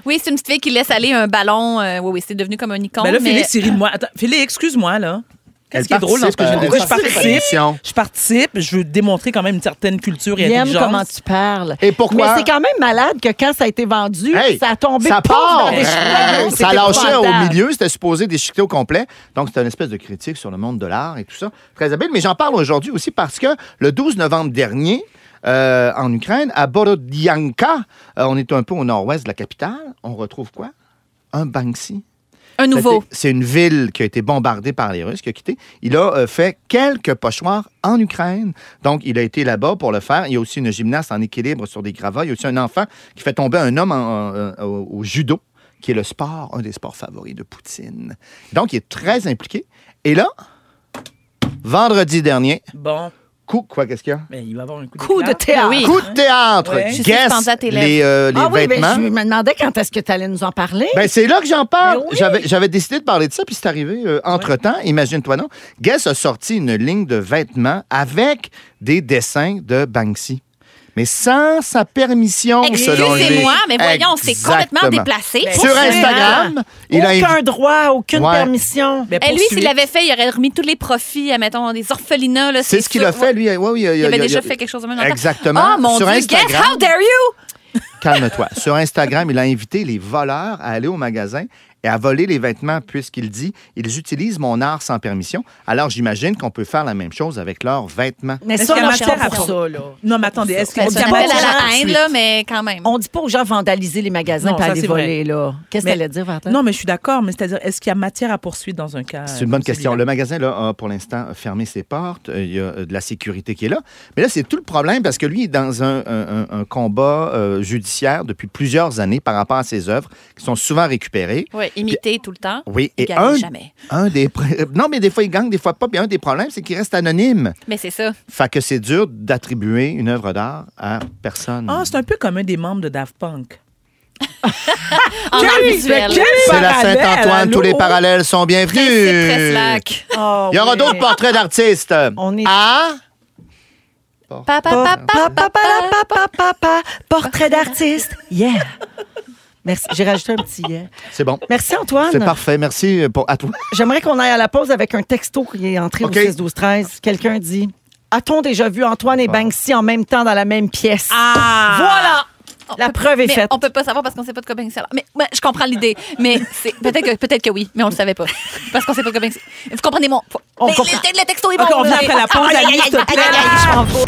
H: Oui, c'est une petite fille qui laisse aller un ballon. euh, oui, oui, c'est devenu comme un icône.
G: Ben là,
H: mais-
G: Félix, il rit de moi. Attends, Félix, excuse-moi, là. Qu'est-ce
C: Elle
G: qui est drôle dans ce que je
C: participe,
G: dis?
C: euh,
G: Je participe.
C: l'émission.
G: Je participe. Je veux démontrer quand même une certaine culture et
B: Il aime
G: intelligence.
B: comment tu parles.
C: Et pourquoi?
B: Mais c'est quand même malade que quand ça a été vendu,
C: Hey,
B: ça a tombé
C: ça
B: pouf,
C: part.
B: dans des cheveux. Non,
C: Ça
B: c'était
C: lâchait au
B: épouvantable.
C: milieu, c'était supposé déchiqueter au complet. Donc, c'est une espèce de critique sur le monde de l'art et tout ça. Très habile. Mais j'en parle aujourd'hui aussi parce que le 12 novembre dernier, euh, en Ukraine, à Borodianka, euh, on est un peu au nord-ouest de la capitale, on retrouve quoi? Un Banksy.
H: Un nouveau.
C: C'est une ville qui a été bombardée par les Russes, qui a quitté. Il a euh, fait quelques pochoirs en Ukraine. Donc, il a été là-bas pour le faire. Il y a aussi une gymnaste en équilibre sur des gravats. Il y a aussi un enfant qui fait tomber un homme en- en- en- au, au judo, qui est le sport, un des sports favoris de Poutine. Donc, il est très impliqué. Et là, vendredi dernier,
G: Bon,
C: coup, quoi, qu'est-ce qu'il y a?
G: mais il va avoir un coup,
B: Coup de
G: d'éclat. Ah Hein?
B: théâtre.
H: Oui.
C: Coup de théâtre!
G: Ouais. Je
H: suis
C: Guess
H: suspendue à tes
C: les,
H: lèvres.
C: euh, les
B: ah oui,
C: vêtements.
B: mais je me demandais quand est-ce que tu allais nous en parler.
C: Ben, c'est là que j'en parle.
B: Mais oui.
C: J'avais- J'avais décidé de parler de ça, puis c'est arrivé euh, entre-temps. Imagine-toi, non? Guess a sorti une ligne de vêtements avec des dessins de Banksy. Mais sans sa permission, selon lui.
H: Excusez-moi, mais voyons, c'est complètement
C: Exactement.
H: déplacé. hein?
C: Sur Instagram, il a
B: aucun
C: invi-
B: droit, aucune
C: Ouais.
B: permission.
G: Mais
H: Eh, lui,
G: poursuivre.
H: s'il l'avait fait, il aurait remis tous les profits à, mettons, des orphelinats. là,
C: C'est ce qu'il
H: sûr.
C: a fait, lui. Ouais, ouais, il, a-
H: Il
C: il
H: avait
C: a-
H: déjà
C: il a-
H: fait quelque chose de même. dans le temps.
C: Exactement.
H: Oh mon
C: Sur
H: Dieu,
C: Instagram.
H: guess how dare you!
C: Calme-toi. Sur Instagram, il a invité les voleurs à aller au magasin et à voler les vêtements, puisqu'il dit ils utilisent mon art sans permission. Alors j'imagine qu'on peut faire la même chose avec leurs vêtements.
B: Mais
G: Est-ce
B: ça,
G: qu'il y a
B: là, je
G: matière
B: comprends.
G: à ça, là? Non, mais attendez, est-ce qu'on
H: C'est un
B: dirait
H: appel
B: pas
H: à
B: tout
H: la
B: de
H: haine,
B: suite.
H: là, mais quand même.
B: On dit pas aux gens vandaliser les magasins
G: Non,
B: pour
G: ça,
B: aller
G: c'est
B: voler, là. Qu'est-ce
G: Mais-
B: qu'elle a dire, Vartan?
G: Non, mais je suis d'accord, mais c'est-à-dire, est-ce qu'il y a matière à poursuivre dans un cas?
C: C'est une bonne
G: comme
C: question. Le
G: celui-là?
C: magasin, là, a pour l'instant fermé ses portes. Euh, Il y a euh, de la sécurité qui est là. Mais là, c'est tout le problème parce que lui est dans un, un- un- un combat euh, judiciaire depuis plusieurs années par rapport à ses œuvres qui sont souvent récupérées.
H: Oui, imiter tout le temps.
C: Oui,
H: Et
C: et un,
H: jamais.
C: un des... Non, mais des fois, il gagne, des fois pas. Puis un des problèmes, c'est qu'il reste anonyme.
H: Mais c'est ça.
C: Fait que c'est dur d'attribuer une œuvre d'art à personne.
G: Ah, c'est un peu comme un des membres de Daft Punk.
H: En art
C: ben,
H: visuel.
G: Quel
C: c'est la
G: parallèle,
C: Saint-Antoine, tous les
G: allô?
C: parallèles sont
H: C'est très
C: bienvenus.
H: slack.
B: Oh,
C: Il y aura
B: ouais.
C: d'autres portraits d'artistes. Ah,
B: On est-
C: À...
H: Pa, pa, pa, pa, pa, pa.
B: Pa-pa-pa-pa-pa-pa, portrait d'artiste. Yeah. Merci. J'ai rajouté un petit yeah.
C: C'est bon.
B: Merci,
C: C'est
B: Antoine.
C: parfait. Merci pour à toi.
B: J'aimerais qu'on aille à la pause avec un texto qui est entré
C: OK.
B: au 6 12 13 Quelqu'un dit A-t-on déjà vu Antoine et Banksy en même temps dans la même pièce Voilà
H: On
B: La
H: peut-
B: preuve est
H: mais
B: faite.
H: On peut pas savoir parce qu'on sait pas de quoi Banksy a l'air. Mais ouais, je comprends l'idée. Mais c'est- peut-être que, peut que oui, mais on le savait pas. Parce qu'on sait pas de quoi Banksy. Vous comprenez mon.
B: On
H: Mais
B: comprend.
H: Le, le texto est bon.
G: OK, Ah, on vient après la
B: Ah,
G: pause, Annie, s'il te plaît.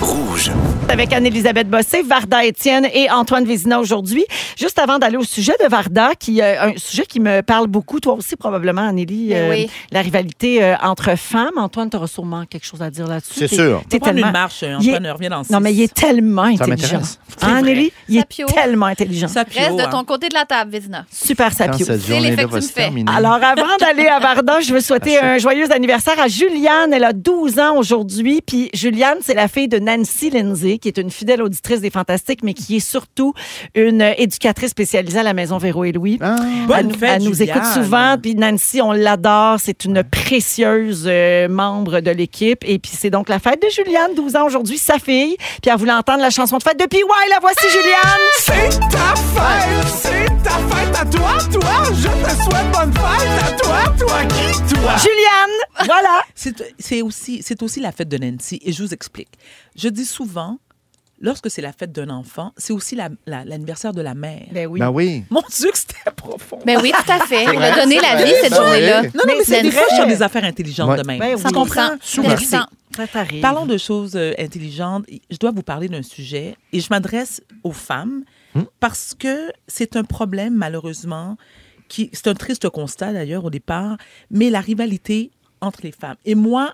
E: Rouge.
B: avec Anne-Elisabeth Bossé, Varda Étienne et Antoine Vézina aujourd'hui. Juste avant d'aller au sujet de Varda, qui est un sujet qui me parle beaucoup, toi aussi probablement, Annélie,
H: Ben oui.
B: la rivalité euh, entre femmes. Antoine, tu auras sûrement quelque chose à dire là-dessus.
C: C'est
B: T'es-
C: sûr.
B: t'es
G: On va prendre
B: tellement-
G: une marche, euh,
B: Il est-
G: Antoine, revient dans le
B: Non, mais il est tellement intelligent.
C: m'intéresse.
B: Hein, Anneli, il est
H: Sapio.
B: tellement intelligent.
G: Sapio,
H: Reste de
G: hein.
H: ton côté de la table, Vézina.
B: Super
C: Quand
B: sapio.
C: cette
H: C'est l'effet
C: journée-là
H: que
C: va
H: tu
C: se
H: me fais.
C: terminer.
B: Alors, avant d'aller à Varda, je veux souhaiter
C: Ah,
B: un joyeux anniversaire à Juliane. Elle a 12 ans aujourd'hui. Puis Juliane, c'est la fille de Nancy Lindsay, qui est une fidèle auditrice des Fantastiques, mais qui est surtout une euh, éducatrice spécialisée à la Maison Véro et Louis.
C: Ah.
G: Bonne
B: elle, nous-
G: fête,
B: elle nous
G: Juliane.
B: écoute souvent, puis Nancy, on l'adore. C'est une précieuse euh, membre de l'équipe. Et puis c'est donc la fête de Juliane, 12 ans aujourd'hui, sa fille. Puis elle voulait entendre la chanson de fête de PY. La voici, Juliane!
E: C'est ta fête, c'est ta fête à toi, toi. Je te souhaite bonne fête à toi, toi qui, toi.
B: Juliane! Voilà!
G: C'est c'est aussi, c'est aussi la fête de Nancy et je vous explique. Je dis souvent, lorsque c'est la fête d'un enfant, c'est aussi la- la- l'anniversaire de la mère.
B: Ben oui.
C: Ben oui.
G: Mon Dieu, que c'était profond.
H: Ben oui, tout à fait.
C: C'est
H: Il
C: vrai,
H: a donné
C: c'est
H: la
C: vrai.
H: vie cette
C: Ben oui.
H: journée-là.
C: Non,
G: Non, non, mais c'est des
H: Nancy.
G: fois, je suis des affaires intelligentes
C: Ouais.
G: de même.
B: Ben oui.
G: Tu comprends?
H: 100%. Intéressant.
B: Ça t'arrive.
G: Parlons de choses euh, intelligentes. Je dois vous parler d'un sujet et je m'adresse aux femmes parce que c'est un problème, malheureusement, qui c'est un triste constat d'ailleurs au départ, mais la rivalité entre les femmes. Et moi,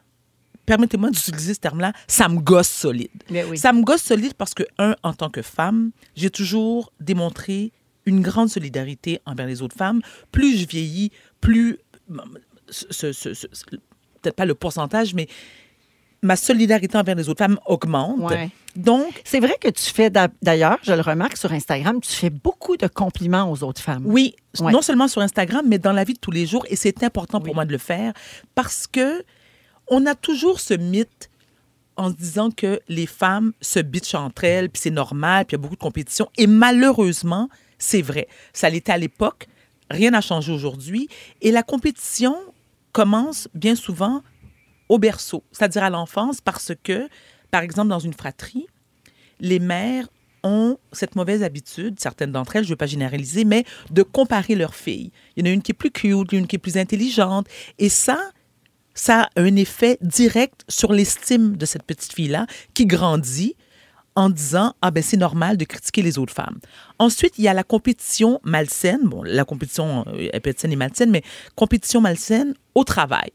G: permettez-moi d'utiliser ce terme-là, ça me gosse solide.
B: Mais oui.
G: Ça me gosse solide parce que, un, en tant que femme, j'ai toujours démontré une grande solidarité envers les autres femmes. Plus je vieillis, plus. ce- ce- ce- ce- Peut-être pas le pourcentage, mais ma solidarité envers les autres femmes augmente.
B: Ouais.
G: Donc,
B: C'est vrai que tu fais, d'a- d'ailleurs, je le remarque sur Instagram, tu fais beaucoup de compliments aux autres femmes.
G: oui,
B: Ouais.
G: non seulement sur Instagram, mais dans la vie de tous les jours, et c'est important pour
B: Oui.
G: moi de le faire parce que on a toujours ce mythe en se disant que les femmes se bitchent entre elles, puis c'est normal, puis il y a beaucoup de compétition. Et malheureusement, c'est vrai. Ça l'était à l'époque, rien n'a changé aujourd'hui. Et la compétition commence bien souvent au berceau, c'est-à-dire à l'enfance, parce que, par exemple, dans une fratrie, les mères ont cette mauvaise habitude, certaines d'entre elles, je ne veux pas généraliser, mais de comparer leurs filles. Il y en a une qui est plus cute, une qui est plus intelligente. Et ça, ça a un effet direct sur l'estime de cette petite fille-là qui grandit en disant ah ben c'est normal de critiquer les autres femmes. Ensuite, il y a la compétition malsaine, bon la compétition euh, elle peut être saine et malsaine mais compétition malsaine au travail.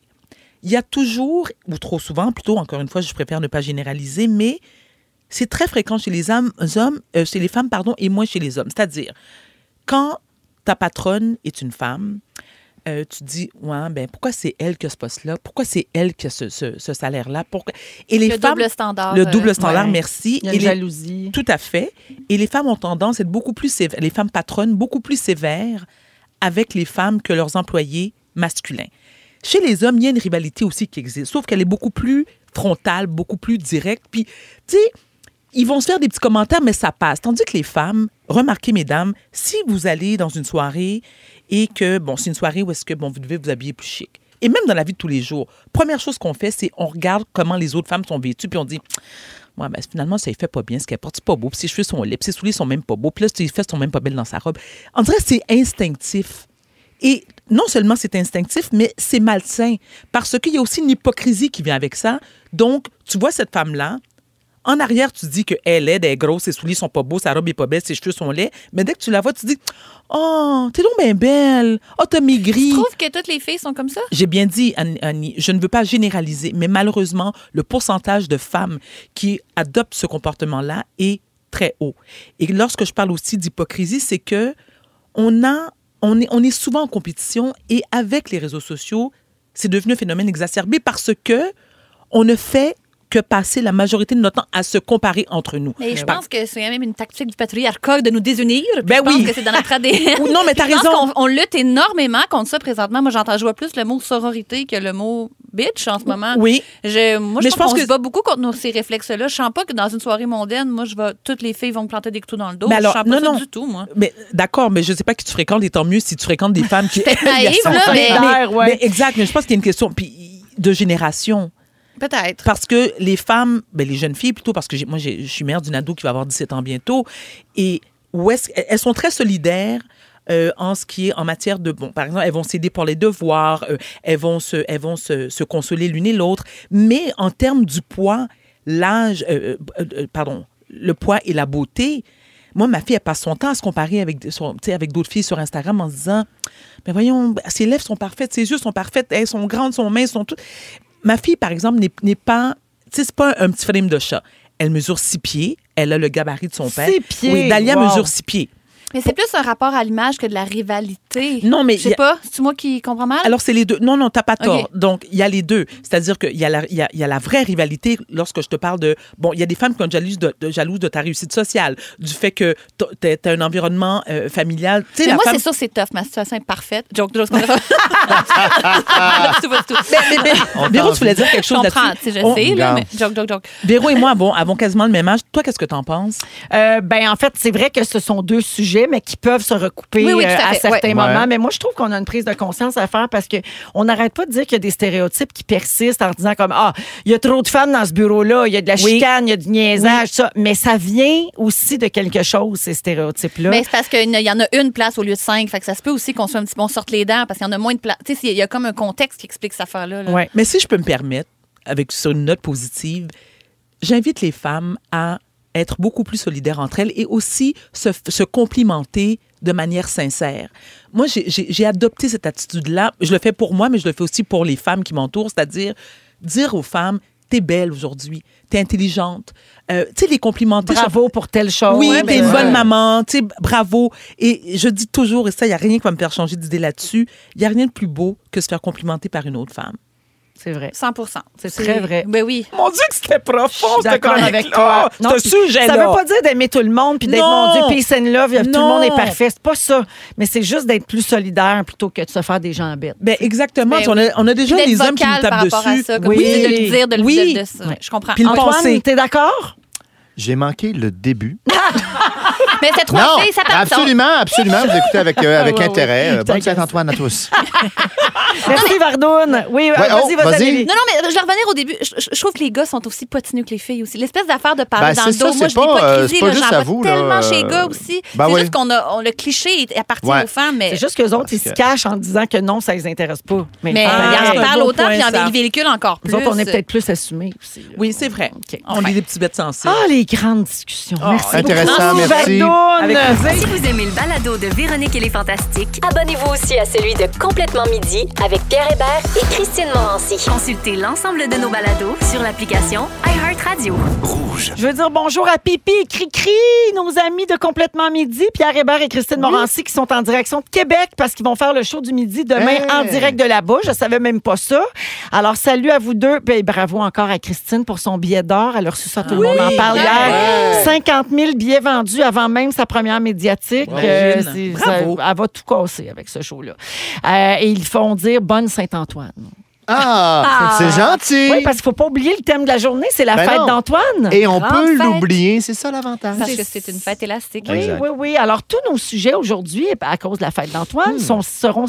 G: Il y a toujours ou trop souvent plutôt encore une fois, je préfère ne pas généraliser mais c'est très fréquent chez les hommes, hommes, euh, chez les femmes pardon et moins chez les hommes, c'est-à-dire quand ta patronne est une femme, euh, tu dis ouais ben pourquoi c'est elle qui a ce poste-là, pourquoi c'est elle qui a ce, ce- ce salaire-là, pourquoi et les
H: Le
G: femmes
H: double standard.
G: le
H: euh,
G: double standard,
B: ouais.
G: merci.
B: Il y a
G: Et
B: une
G: les-
B: jalousie.
G: tout à fait. Et les femmes ont tendance à être beaucoup plus sévères, les femmes patronnes, beaucoup plus sévères avec les femmes que leurs employés masculins. Chez les hommes, il y a une rivalité aussi qui existe, sauf qu'elle est beaucoup plus frontale, beaucoup plus directe. Puis, tu sais, ils vont se faire des petits commentaires, mais ça passe. Tandis que les femmes, remarquez, mesdames, si vous allez dans une soirée et que, bon, c'est une soirée où est-ce que, bon, vous devez vous habiller plus chic. et même dans la vie de tous les jours, première chose qu'on fait, c'est on regarde comment les autres femmes sont vêtues, puis on dit. Ouais, ben, finalement, ça ne fait pas bien. Ce qu'elle porte, c'est pas beau. Puis ses cheveux sont laids. Puis ses souliers sont même pas beaux. Puis là, ses fesses sont même pas belles dans sa robe. On dirait que c'est instinctif. Et non seulement c'est instinctif, mais c'est malsain. Parce qu'il y a aussi une hypocrisie qui vient avec ça. Donc, tu vois cette femme-là, en arrière, tu dis qu'elle est laide, elle est grosse, ses souliers sont pas beaux, sa robe est pas belle, ses cheveux sont laids. Mais dès que tu la vois, tu dis Oh, t'es donc bien belle. Oh, t'as maigri.
H: Je trouve que toutes les filles sont comme ça.
G: J'ai bien dit, Annie, Annie, je ne veux pas généraliser, mais malheureusement, le pourcentage de femmes qui adoptent ce comportement-là est très haut. Et lorsque je parle aussi d'hypocrisie, c'est que on a, on est, on est souvent en compétition et avec les réseaux sociaux, c'est devenu un phénomène exacerbé parce que on ne fait que passer la majorité de notre temps à se comparer entre nous.
H: Mais je
G: Par-
H: pense que c'est même une tactique du patriarcat de nous désunir. Puis
G: Ben
H: je pense
G: oui.
H: que c'est dans notre ADN.
G: Ou non, mais t'as
H: Je pense
G: raison.
H: qu'on- On lutte énormément contre ça présentement. Moi, j'entends, je vois plus le mot sororité que le mot bitch en ce moment.
G: Oui.
H: Je, moi,
G: Mais
H: je,
G: je pense
H: pense qu'on
G: que-
H: se bat beaucoup contre nos- ces réflexes-là. Je sens pas que dans une soirée mondaine, moi, je vais, toutes les filles vont me planter des couteaux dans le dos.
G: Mais Ben alors,
H: je sens pas
G: non,
H: ça
G: non.
H: du tout, moi.
G: Mais d'accord, mais je sais pas qui tu fréquentes et tant mieux si tu fréquentes des femmes qui.
H: Peut-être naïve,
G: Elles sont
H: là, mais-
G: solidaires,
B: ouais.
G: mais exact, mais je pense qu'il y a une question puis, de génération.
H: Peut-être.
G: Parce que les femmes, ben, les jeunes filles plutôt, parce que j'ai- moi, j'ai- je suis mère d'une ado qui va avoir 17 ans bientôt, et où est-ce- elles sont très solidaires. euh, en ce qui est en matière de bon par exemple elles vont s'aider pour les devoirs euh, elles vont se elles vont se, se consoler l'une et l'autre mais en termes du poids l'âge euh, euh, euh, pardon le poids et la beauté moi ma fille elle passe son temps à se comparer avec des- son- tu sais, avec d'autres filles sur Instagram en se disant mais voyons ses lèvres sont parfaites ses yeux sont parfaits elles sont grandes son mains sont toutes ma fille, par exemple, n'est n'est pas. Tu sais, c'est pas un, un petit frame de chat. Elle mesure six pieds. Elle a le gabarit de son père.
B: Six pieds,
G: Oui, Dalia
B: wow.
G: mesure six pieds.
H: Mais c'est plus un rapport à l'image que de la rivalité.
G: Non, mais
H: Je
G: y
H: sais
G: a-
H: pas, c'est moi qui comprends mal.
G: Alors, c'est les deux. Non, non, t'as pas tort.
H: Ok.
G: Donc, il y a les deux. C'est-à-dire qu'il y, a la- il y, a, il y a la vraie rivalité lorsque je te parle de. Bon, il y a des femmes qui sont jalouses de, de- jalouses de ta réussite sociale, du fait que t'as- t'as t'as un environnement euh, familial. Tu sais,
H: Mais
G: la
H: moi,
G: femme-
H: c'est sûr, c'est tough. Ma situation est parfaite. Joke, joke, c'est pas ça. Non, du tout, pas du tout.
C: On
G: Ben, Véro,
C: t'en
G: tu voulais dire quelque
H: Je
G: chose
H: comprends, tu
G: là-dessus?
H: sais, je
G: On-
H: sais, là, mais
C: regarde.
H: joke, joke, joke.
G: Véro et moi avons, avons quasiment le même âge. Toi, qu'est-ce que t'en penses?
B: Euh, ben en fait, c'est vrai que ce sont deux sujets, mais qui peuvent se recouper
H: Oui, oui, tout
B: euh,
H: à
B: à,
H: fait,
B: certains
C: ouais.
B: moments.
C: Ouais.
B: Mais moi, je trouve qu'on a une prise de conscience à faire parce que on n'arrête pas de dire qu'il y a des stéréotypes qui persistent en disant comme ah, il y a trop de femmes dans ce bureau-là, il y a de la
G: Oui.
B: chicane, il y a du niaisage, ça. Mais ça vient aussi de quelque chose ces stéréotypes-là.
H: Mais c'est parce qu'il y en a une place au lieu de cinq. Fait que ça se peut aussi qu'on soit un petit peu, on sorte les dents parce qu'il y en a moins de place. Tu sais, il y a comme un contexte qui explique cette affaire-là. là.
B: Ouais.
G: Mais si je peux me permettre, avec sur une note positive, j'invite les femmes à être beaucoup plus solidaires entre elles et aussi se, se complimenter de manière sincère. Moi, j'ai- j'ai j'ai adopté cette attitude-là. Je le fais pour moi, mais je le fais aussi pour les femmes qui m'entourent, c'est-à-dire dire aux femmes, t'es belle aujourd'hui, t'es intelligente. Euh, tu sais, les complimenter.
B: Bravo pour telle chose.
G: Oui,
B: Ouais,
G: t'es
B: ben,
G: une bonne
B: ouais.
G: maman, tu sais, bravo. Et je dis toujours, et ça, il n'y a rien qui va me faire changer d'idée là-dessus, il n'y a rien de plus beau que se faire complimenter par une autre femme.
B: C'est vrai.
H: 100
B: C'est très vrai.
H: Ben oui.
G: Mon Dieu, que Oh, c'était profond,
B: Je suis
G: ce
B: d'accord avec toi. Non,
G: Ce
B: puis
G: sujet-là.
B: Ça veut pas dire d'aimer tout le monde puis d'être
G: Non.
B: mon Dieu, peace and love, tout le
G: Non.
B: monde est parfait. C'est pas ça. Mais c'est juste d'être plus solidaire plutôt que de se faire des gens bêtes.
G: Ben, exactement.
H: Ben
G: tu- on, a, on a déjà
H: Puis d'être
G: les hommes qui nous
H: vocal
G: tapent
H: par rapport
G: dessus.
H: à ça. Comme
B: Oui.
H: tu dis, de le dire, de le
G: Oui.
H: de- de ça. Je comprends.
G: Puis le
H: Ah,
G: penser.
B: Antoine, t'es d'accord?
C: J'ai manqué le début.
H: Mais c'est trois
C: Non,
H: filles, ça part
C: absolument, absolument. Vous écoutez avec, euh, avec
B: Ouais, ouais.
C: intérêt. Euh, Bonne
B: T'inquiète.
C: fête, Antoine, à tous.
B: Merci, Vardoune. Oui,
C: Ouais,
B: vas-y,
C: oh,
B: vas-y.
C: vas-y.
B: Amélie.
H: Non, non, mais euh, je vais revenir au début. Je, je- je trouve que les gars sont aussi potineux que les filles aussi. L'espèce d'affaire de parler
C: Ben,
H: dans
C: c'est
H: le
C: ça,
H: dos, moi,
C: c'est
H: je
C: pas, euh,
H: l'hypocrisie,
C: c'est pas
H: là,
C: juste
H: j'en
C: à
H: vois
C: vous, là,
H: tellement chez les
C: euh,
H: gars aussi.
C: ben
H: c'est
C: oui.
H: juste qu'on a, on- le cliché est- appartient
C: Ouais.
H: aux femmes, mais,
B: C'est juste qu'eux autres, ils se
C: que-
B: cachent en disant que non, ça les intéresse pas. Mais,
H: mais
G: Ah,
H: ils en
G: c'est un
H: parlent
G: beau
H: autant,
G: point,
H: puis
G: ça.
H: ils véhiculent encore plus.
B: nous autres, on est peut-être plus assumés aussi. là.
G: Oui, c'est vrai.
B: OK.
G: On est des petits bêtes sensibles.
B: Ah, les grandes discussions. Merci.
C: Intéressant,
B: beaucoup.
C: merci.
B: Vardoune.
G: Avec plaisir.
A: Si vous aimez le balado de Véronique et les Fantastiques,
F: Abonnez-vous aussi à celui de Complètement Midi avec Pierre Hébert et Christine Morancy.
A: consultez l'ensemble de nos balados sur l'application iHeartRadio.
B: Je veux dire bonjour à Pipi et Cricri, nos amis de Complètement Midi, Pierre Hébert et Christine Morancy qui sont en direction de Québec parce qu'ils vont faire le show du midi demain
C: Hey!
B: en direct de là-bas. Je savais même pas ça. Alors, salut à vous deux. Ben, bravo encore à Christine pour son billet d'or. Elle a reçu ça, tout le monde en parle hier. 50 000 billets vendus avant même sa première médiatique. Euh, c'est- ça- elle va tout casser avec ce show-là. Euh, et ils font dire bonne Saint-Antoine.
C: Ah, c'est gentil.
B: Oui, parce qu'il ne faut pas oublier le thème de la journée, c'est la
C: Ben
B: fête
C: non.
B: d'Antoine.
C: Et on
H: Grande
C: peut
H: fête.
C: l'oublier, c'est ça l'avantage.
H: Parce que c'est une fête élastique.
B: Oui,
C: Exact.
B: oui, oui. Alors, tous nos sujets aujourd'hui, à cause de la fête d'Antoine,
C: Hmm.
B: sont- seront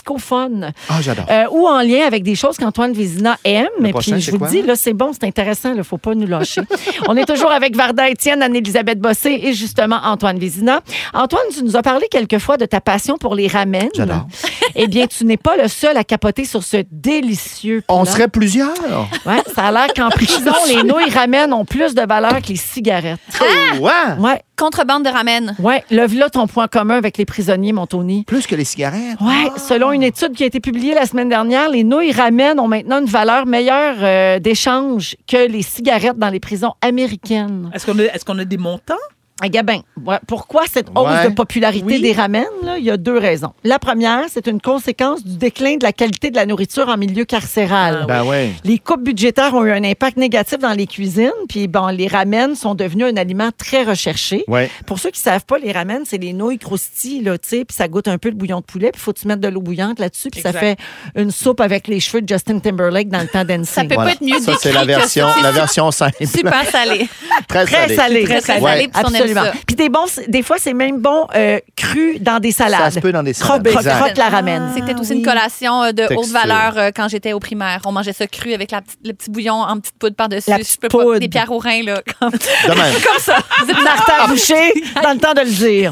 B: scientificophones
C: Ah, j'adore.
B: euh, ou en lien avec des choses qu'Antoine Vézina aime. Mais
C: prochain,
B: puis, je
C: c'est
B: vous le
C: quoi?
B: dis, là, c'est bon, c'est intéressant, il ne faut pas nous lâcher. On est toujours avec Varda Étienne, Anne-Élisabeth Bossé et justement Antoine Vézina. Antoine, tu nous as parlé quelquefois de ta passion pour les ramen.
C: J'adore.
B: Eh bien, tu n'es pas le seul à capoter sur ce délicieux
C: On
B: plat.
C: serait plusieurs.
B: Ouais, ça a l'air qu'en prison, les nouilles ramen ont plus de valeur que les cigarettes.
C: Ah! Ouais.
B: Ouais,
H: Contrebande de ramen.
B: ouais. Lève là ton point commun avec les prisonniers, mon Tony.
C: Plus que les cigarettes. Ah.
B: Ouais, selon une étude qui a été publiée la semaine dernière, les nouilles ramen ont maintenant une valeur meilleure euh, d'échange que les cigarettes dans les prisons américaines.
G: Est-ce qu'on a, est-ce qu'on a des montants?
B: À Gabin, ouais, pourquoi cette
C: Ouais.
B: hausse de popularité
G: Oui.
B: des ramen? là? Il y a deux raisons. La première, c'est une conséquence du déclin de la qualité de la nourriture en milieu carcéral.
C: Ben ouais.
B: Les coupes budgétaires ont eu un impact négatif dans les cuisines, puis bon, les ramen sont devenus un aliment très recherché.
C: Ouais.
B: Pour ceux qui savent pas, les ramen, c'est les nouilles croustilles, là, tu sais, puis ça goûte un peu le bouillon de poulet, puis faut que tu mettes de l'eau bouillante là-dessus, puis ça
G: Exact.
B: fait une soupe avec les cheveux de Justin Timberlake dans le temps
H: Ça
B: dancing.
H: peut pas être mieux
C: Ça, c'est
H: décrit
C: la
H: que
C: version,
H: ça.
C: la version simple.
H: Super salé.
B: Très
C: Très, salée.
B: salé.
H: Très, très salé, puis on aime
B: Absolument.
H: ça.
B: Puis des, bons, des fois, c'est même bon euh, cru dans des salades.
C: Ça se peut dans des salades.
B: Croque,
C: Exact.
B: croque la ramen.
H: Ah, C'était aussi une collation euh, de haute
C: Texture.
H: valeur euh, quand j'étais au primaire. On mangeait ça cru avec la petite- le petit bouillon en petite poudre par-dessus.
B: La
H: Je
B: petite
H: peux pas
B: poudre.
H: des pierres au rein là. Comme,
C: De même.
H: comme ça.
G: Ah,
B: Martin Boucher, dans le temps de le dire.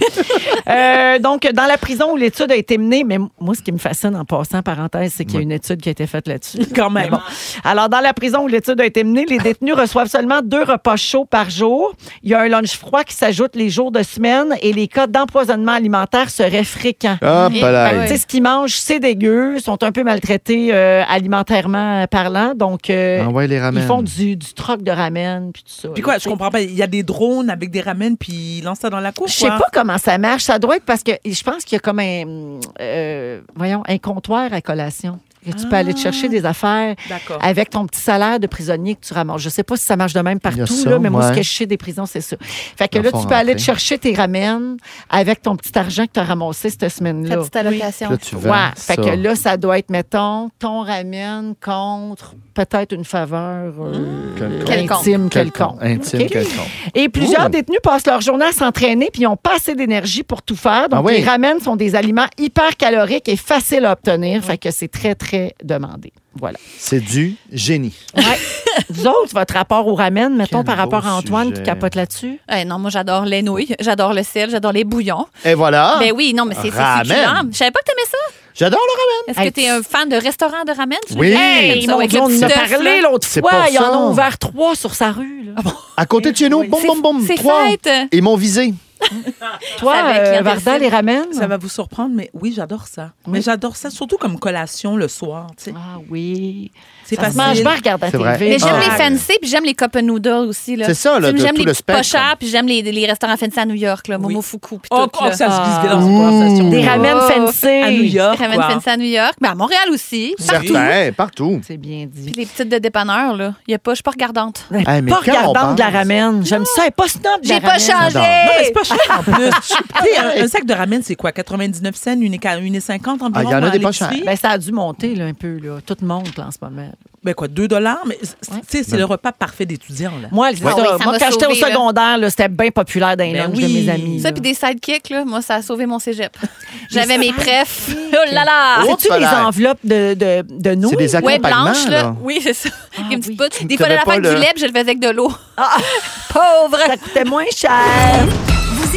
B: Euh, donc, dans la prison où l'étude a été menée, mais moi, ce qui me fascine en passant, parenthèse, c'est qu'il y a une étude qui a été faite là-dessus.
G: Quand même.
B: Mais bon. Alors, dans la prison où l'étude a été menée, les détenus reçoivent seulement deux repas chauds par jour. Il y a un lunch froid qui s'ajoute les jours de semaine et les cas d'empoisonnement alimentaire seraient fréquents.
C: Hop là.
H: Ah ouais.
B: Tu sais, ce qu'ils mangent, c'est dégueu, ils sont un peu maltraités euh, alimentairement parlant. Donc, euh,
C: Envoie Ah les ramen.
B: ils font du, du troc de ramen, puis tout ça.
G: Puis quoi,
B: là,
G: je
B: tu sais.
G: comprends pas. Il y a des drones avec des ramen, puis ils lancent ça dans la cour.
B: Je sais
G: quoi.
B: pas comment ça marche. Ça doit être parce que je pense qu'il y a comme un, euh, voyons, un comptoir à collation. Que tu peux aller te chercher des affaires
G: D'accord.
B: avec ton petit salaire de prisonnier que tu ramasses. Je sais pas si ça marche de même
C: Il y a
B: partout,
C: ça,
B: là, mais moi,
C: ouais.
B: ce que je sais des prisons, c'est ça. Fait que
C: Ils en
B: là, tu
C: font
B: peux aller te
C: rentrer.
B: chercher tes ramènes avec ton petit argent que tu as ramassé cette semaine-là.
H: allocation.
C: Là, tu
B: Ouais.
C: vends
B: Fait
C: ça.
B: que là, ça doit être, mettons, ton ramène contre peut-être une faveur euh,
C: Quelconque.
B: intime quelconque.
C: Intime,
B: Ok?
C: quelconque.
B: Et plusieurs
C: Ouh.
B: détenus passent leur journée à s'entraîner puis ils n'ont pas assez d'énergie pour tout faire. Donc,
C: Ah oui.
B: les ramen sont des aliments hyper caloriques et faciles à obtenir. Fait que c'est très, très demandé. Voilà.
C: C'est du génie.
B: Vous autres, votre rapport au ramen, mettons,
C: Quel
B: par rapport
C: beau
B: à Antoine
C: sujet.
B: qui capote là-dessus?
H: Ouais, Eh, non, moi j'adore les nouilles, j'adore le sel, j'adore les bouillons.
C: Et voilà.
H: Ben oui, non, mais c'est c'est
C: Ah. Ramen.
H: succulent. Je savais pas que t'aimais ça.
C: J'adore le ramen.
H: Est-ce que
B: Hey,
H: t'es un fan de restaurant de ramen? Tu
C: Oui.
H: le-
C: Hey,
H: Comme ça,
B: mon
H: avec
B: Dieu,
H: le
B: on
H: petit
B: en a
H: stuff,
B: parlé
H: là.
B: l'autre
C: C'est
B: fois.
C: pour
B: Ils en
C: ça.
B: ont ouvert trois sur sa rue. là.
C: À côté de chez nous, boum,
H: C'est-
C: boum, boum.
H: c'est
C: Trois.
H: fête.
C: Ils m'ont visé.
B: Toi,
H: Ça va être
B: euh,
H: clientèle
B: Varda,
H: cible.
B: les ramen?
G: Ça va vous surprendre, mais oui, j'adore ça. Mais
B: Oui.
G: j'adore ça, surtout comme collation le soir. tu sais.
B: Ah oui.
G: C'est
B: ça se mange
G: facile.
B: pas, regarde à
C: C'est
B: TV.
C: vrai.
H: Mais j'aime
C: Ah.
H: les fancy, puis j'aime les cup noodles aussi. là.
C: C'est ça, là,
H: J'aime
C: de
H: j'aime
C: tout
H: les
C: le
H: petites pas
C: spectre.
H: chères, puis j'aime les, les restaurants fancy à New York, là,
G: Oui.
H: Momofuku, puis
G: Oh,
H: tout.
G: oh,
H: là.
G: ça se glisse bien dans cette
C: Ah. Ouh.
G: conversation.
B: Des ramen
H: Oh.
B: fancy.
G: À New York.
H: Ramen
G: quoi.
H: fancy à New York, ben à Montréal aussi. Partout.
C: Certain, partout.
B: C'est bien dit.
H: Puis les petites de dépanneur, là. Y a pas, je suis pas regardante.
C: Hey, mais
B: pas
C: quand on
B: regardante de la
C: pense-
B: ramen. J'aime ça. Elle est pas snob de la
H: J'ai pas
B: ramen.
H: changé.
C: J'adore.
G: Non, mais c'est pas cher en plus. Tu sais, un, un sac de ramen, c'est quoi? 99 cents, 1,50 environ?
C: Ah, il y en a
G: à
C: des pas
G: l'épicerie?
C: chers.
B: Ben, ça a dû monter là, un peu. Là. Tout monte là, en ce moment.
G: Ben quoi, 2 dollars? Mais c- tu sais,
C: Ben.
G: c'est le repas parfait d'étudiant, là.
B: Moi, c'est
H: Ah
B: ça.
H: oui, ça
B: Moi,
H: m'a
B: quand j'étais au
H: sauvée, là.
B: secondaire, là, c'était bien populaire dans les
G: Ben
B: lunchs
G: oui.
B: de mes amis.
H: Ça,
B: là.
H: puis des sidekicks, là, moi, ça a sauvé mon cégep. J'avais mes prefs. Oh là là!
C: Oh,
B: As-tu
C: Hop
B: des
C: là.
B: enveloppes de, de, de nouilles?
C: C'est des
H: Ouais,
C: accompagnements.
H: blanche, là.
C: là.
H: Ah Oui, Ah! c'est ça. Avec une petite poudre. Des
C: Tu
H: fois, à la
C: t'avais
H: fac
C: pas
H: du
C: le-
H: lait, je le faisais avec de l'eau. Pauvre!
B: Ça coûtait moins cher.
A: Vous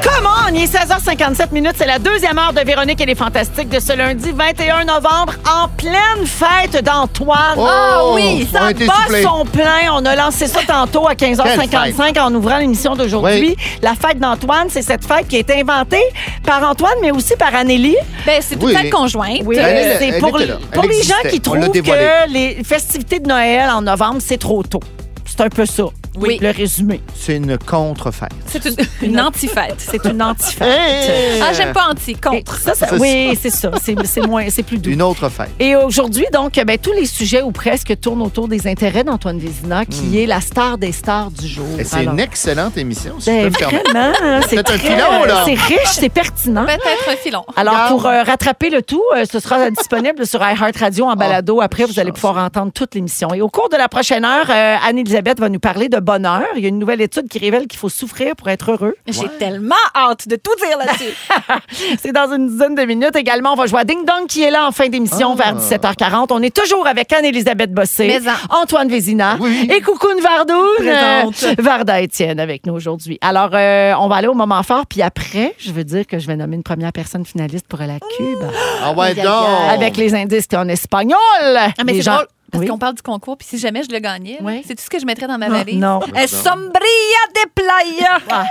B: Come on, il est 16h50. 15h57 minutes, c'est la deuxième heure de Véronique et les Fantastiques de ce lundi 21 novembre en pleine fête d'Antoine.
H: Ah oui,
C: Oh! on a
H: ça
C: été
B: Pas
C: soufflé.
B: son plein. On a lancé ça tantôt à 15h55 en ouvrant l'émission d'aujourd'hui.
C: Oui.
B: La fête d'Antoine, c'est cette fête qui a été inventée par Antoine, mais aussi par Anélie.
H: Ben, c'est
C: Oui.
H: peut-être conjointe.
B: Oui,
C: Elle, elle,
B: c'est
C: elle
B: pour,
C: était là.
B: pour
C: Elle
B: les gens
C: existait.
B: qui
C: On l'a
B: trouvent
C: dévoilée.
B: que les festivités de Noël en novembre, c'est trop tôt. C'est un peu ça,
H: Oui.
B: le résumé.
C: C'est une contrefaite.
H: C'est une, une anti-fête.
B: C'est une antifête.
C: Hey!
H: Ah, j'aime pas anti,
B: Et
H: contre.
B: ça, ça-
C: C'est
B: oui, c'est ça. C'est c'est moins, c'est plus doux.
C: Une autre fête.
B: Et aujourd'hui, donc, ben, tous les sujets ou presque tournent autour des intérêts d'Antoine Vézina, qui est la star des stars du jour.
C: Et Hmm. Eh, c'est
B: Alors,
C: une excellente émission, si je peux
B: ben,
C: me permettre.
B: vraiment, hein, c'est
C: Peut-être un
B: très-
C: filon, là.
B: C'est riche, c'est pertinent.
H: Peut-être un filon.
B: Alors,
C: Regarde.
B: pour euh, rattraper le tout, euh, ce sera disponible sur iHeartRadio en balado. Après, vous allez
C: Ah, chance.
B: pouvoir entendre toute l'émission. Et au cours de la prochaine heure, euh, Anne-Elisabeth va nous parler de bonheur. Il y a une nouvelle étude qui révèle qu'il faut souffrir pour être heureux.
H: J'ai tellement hâte de tout dire là-dessus.
B: C'est dans une dizaine de minutes. Également, on va jouer à Ding Dong qui est là en fin d'émission vers 17h40. On est toujours avec Anne-Elisabeth Bossé,
H: Mais en-
B: Antoine Vézina
C: Oui.
B: et Coucoune Vardoune.
G: Présente.
B: Euh, Varda Étienne avec nous aujourd'hui. Alors, euh, on va aller au moment fort. Puis après, je veux dire que je vais nommer une première personne finaliste pour la Cube.
C: Ah ouais, donc!
B: Avec les indices qui sont en espagnol.
H: Ah, mais
B: Les
H: c'est
B: gens-
H: drôle. Parce
B: Oui.
H: qu'on parle du concours, puis si jamais je le gagnais,
B: Oui.
H: c'est tout ce que je mettrais dans ma valise.
B: non.
H: Un sombria de playa.
B: Ah.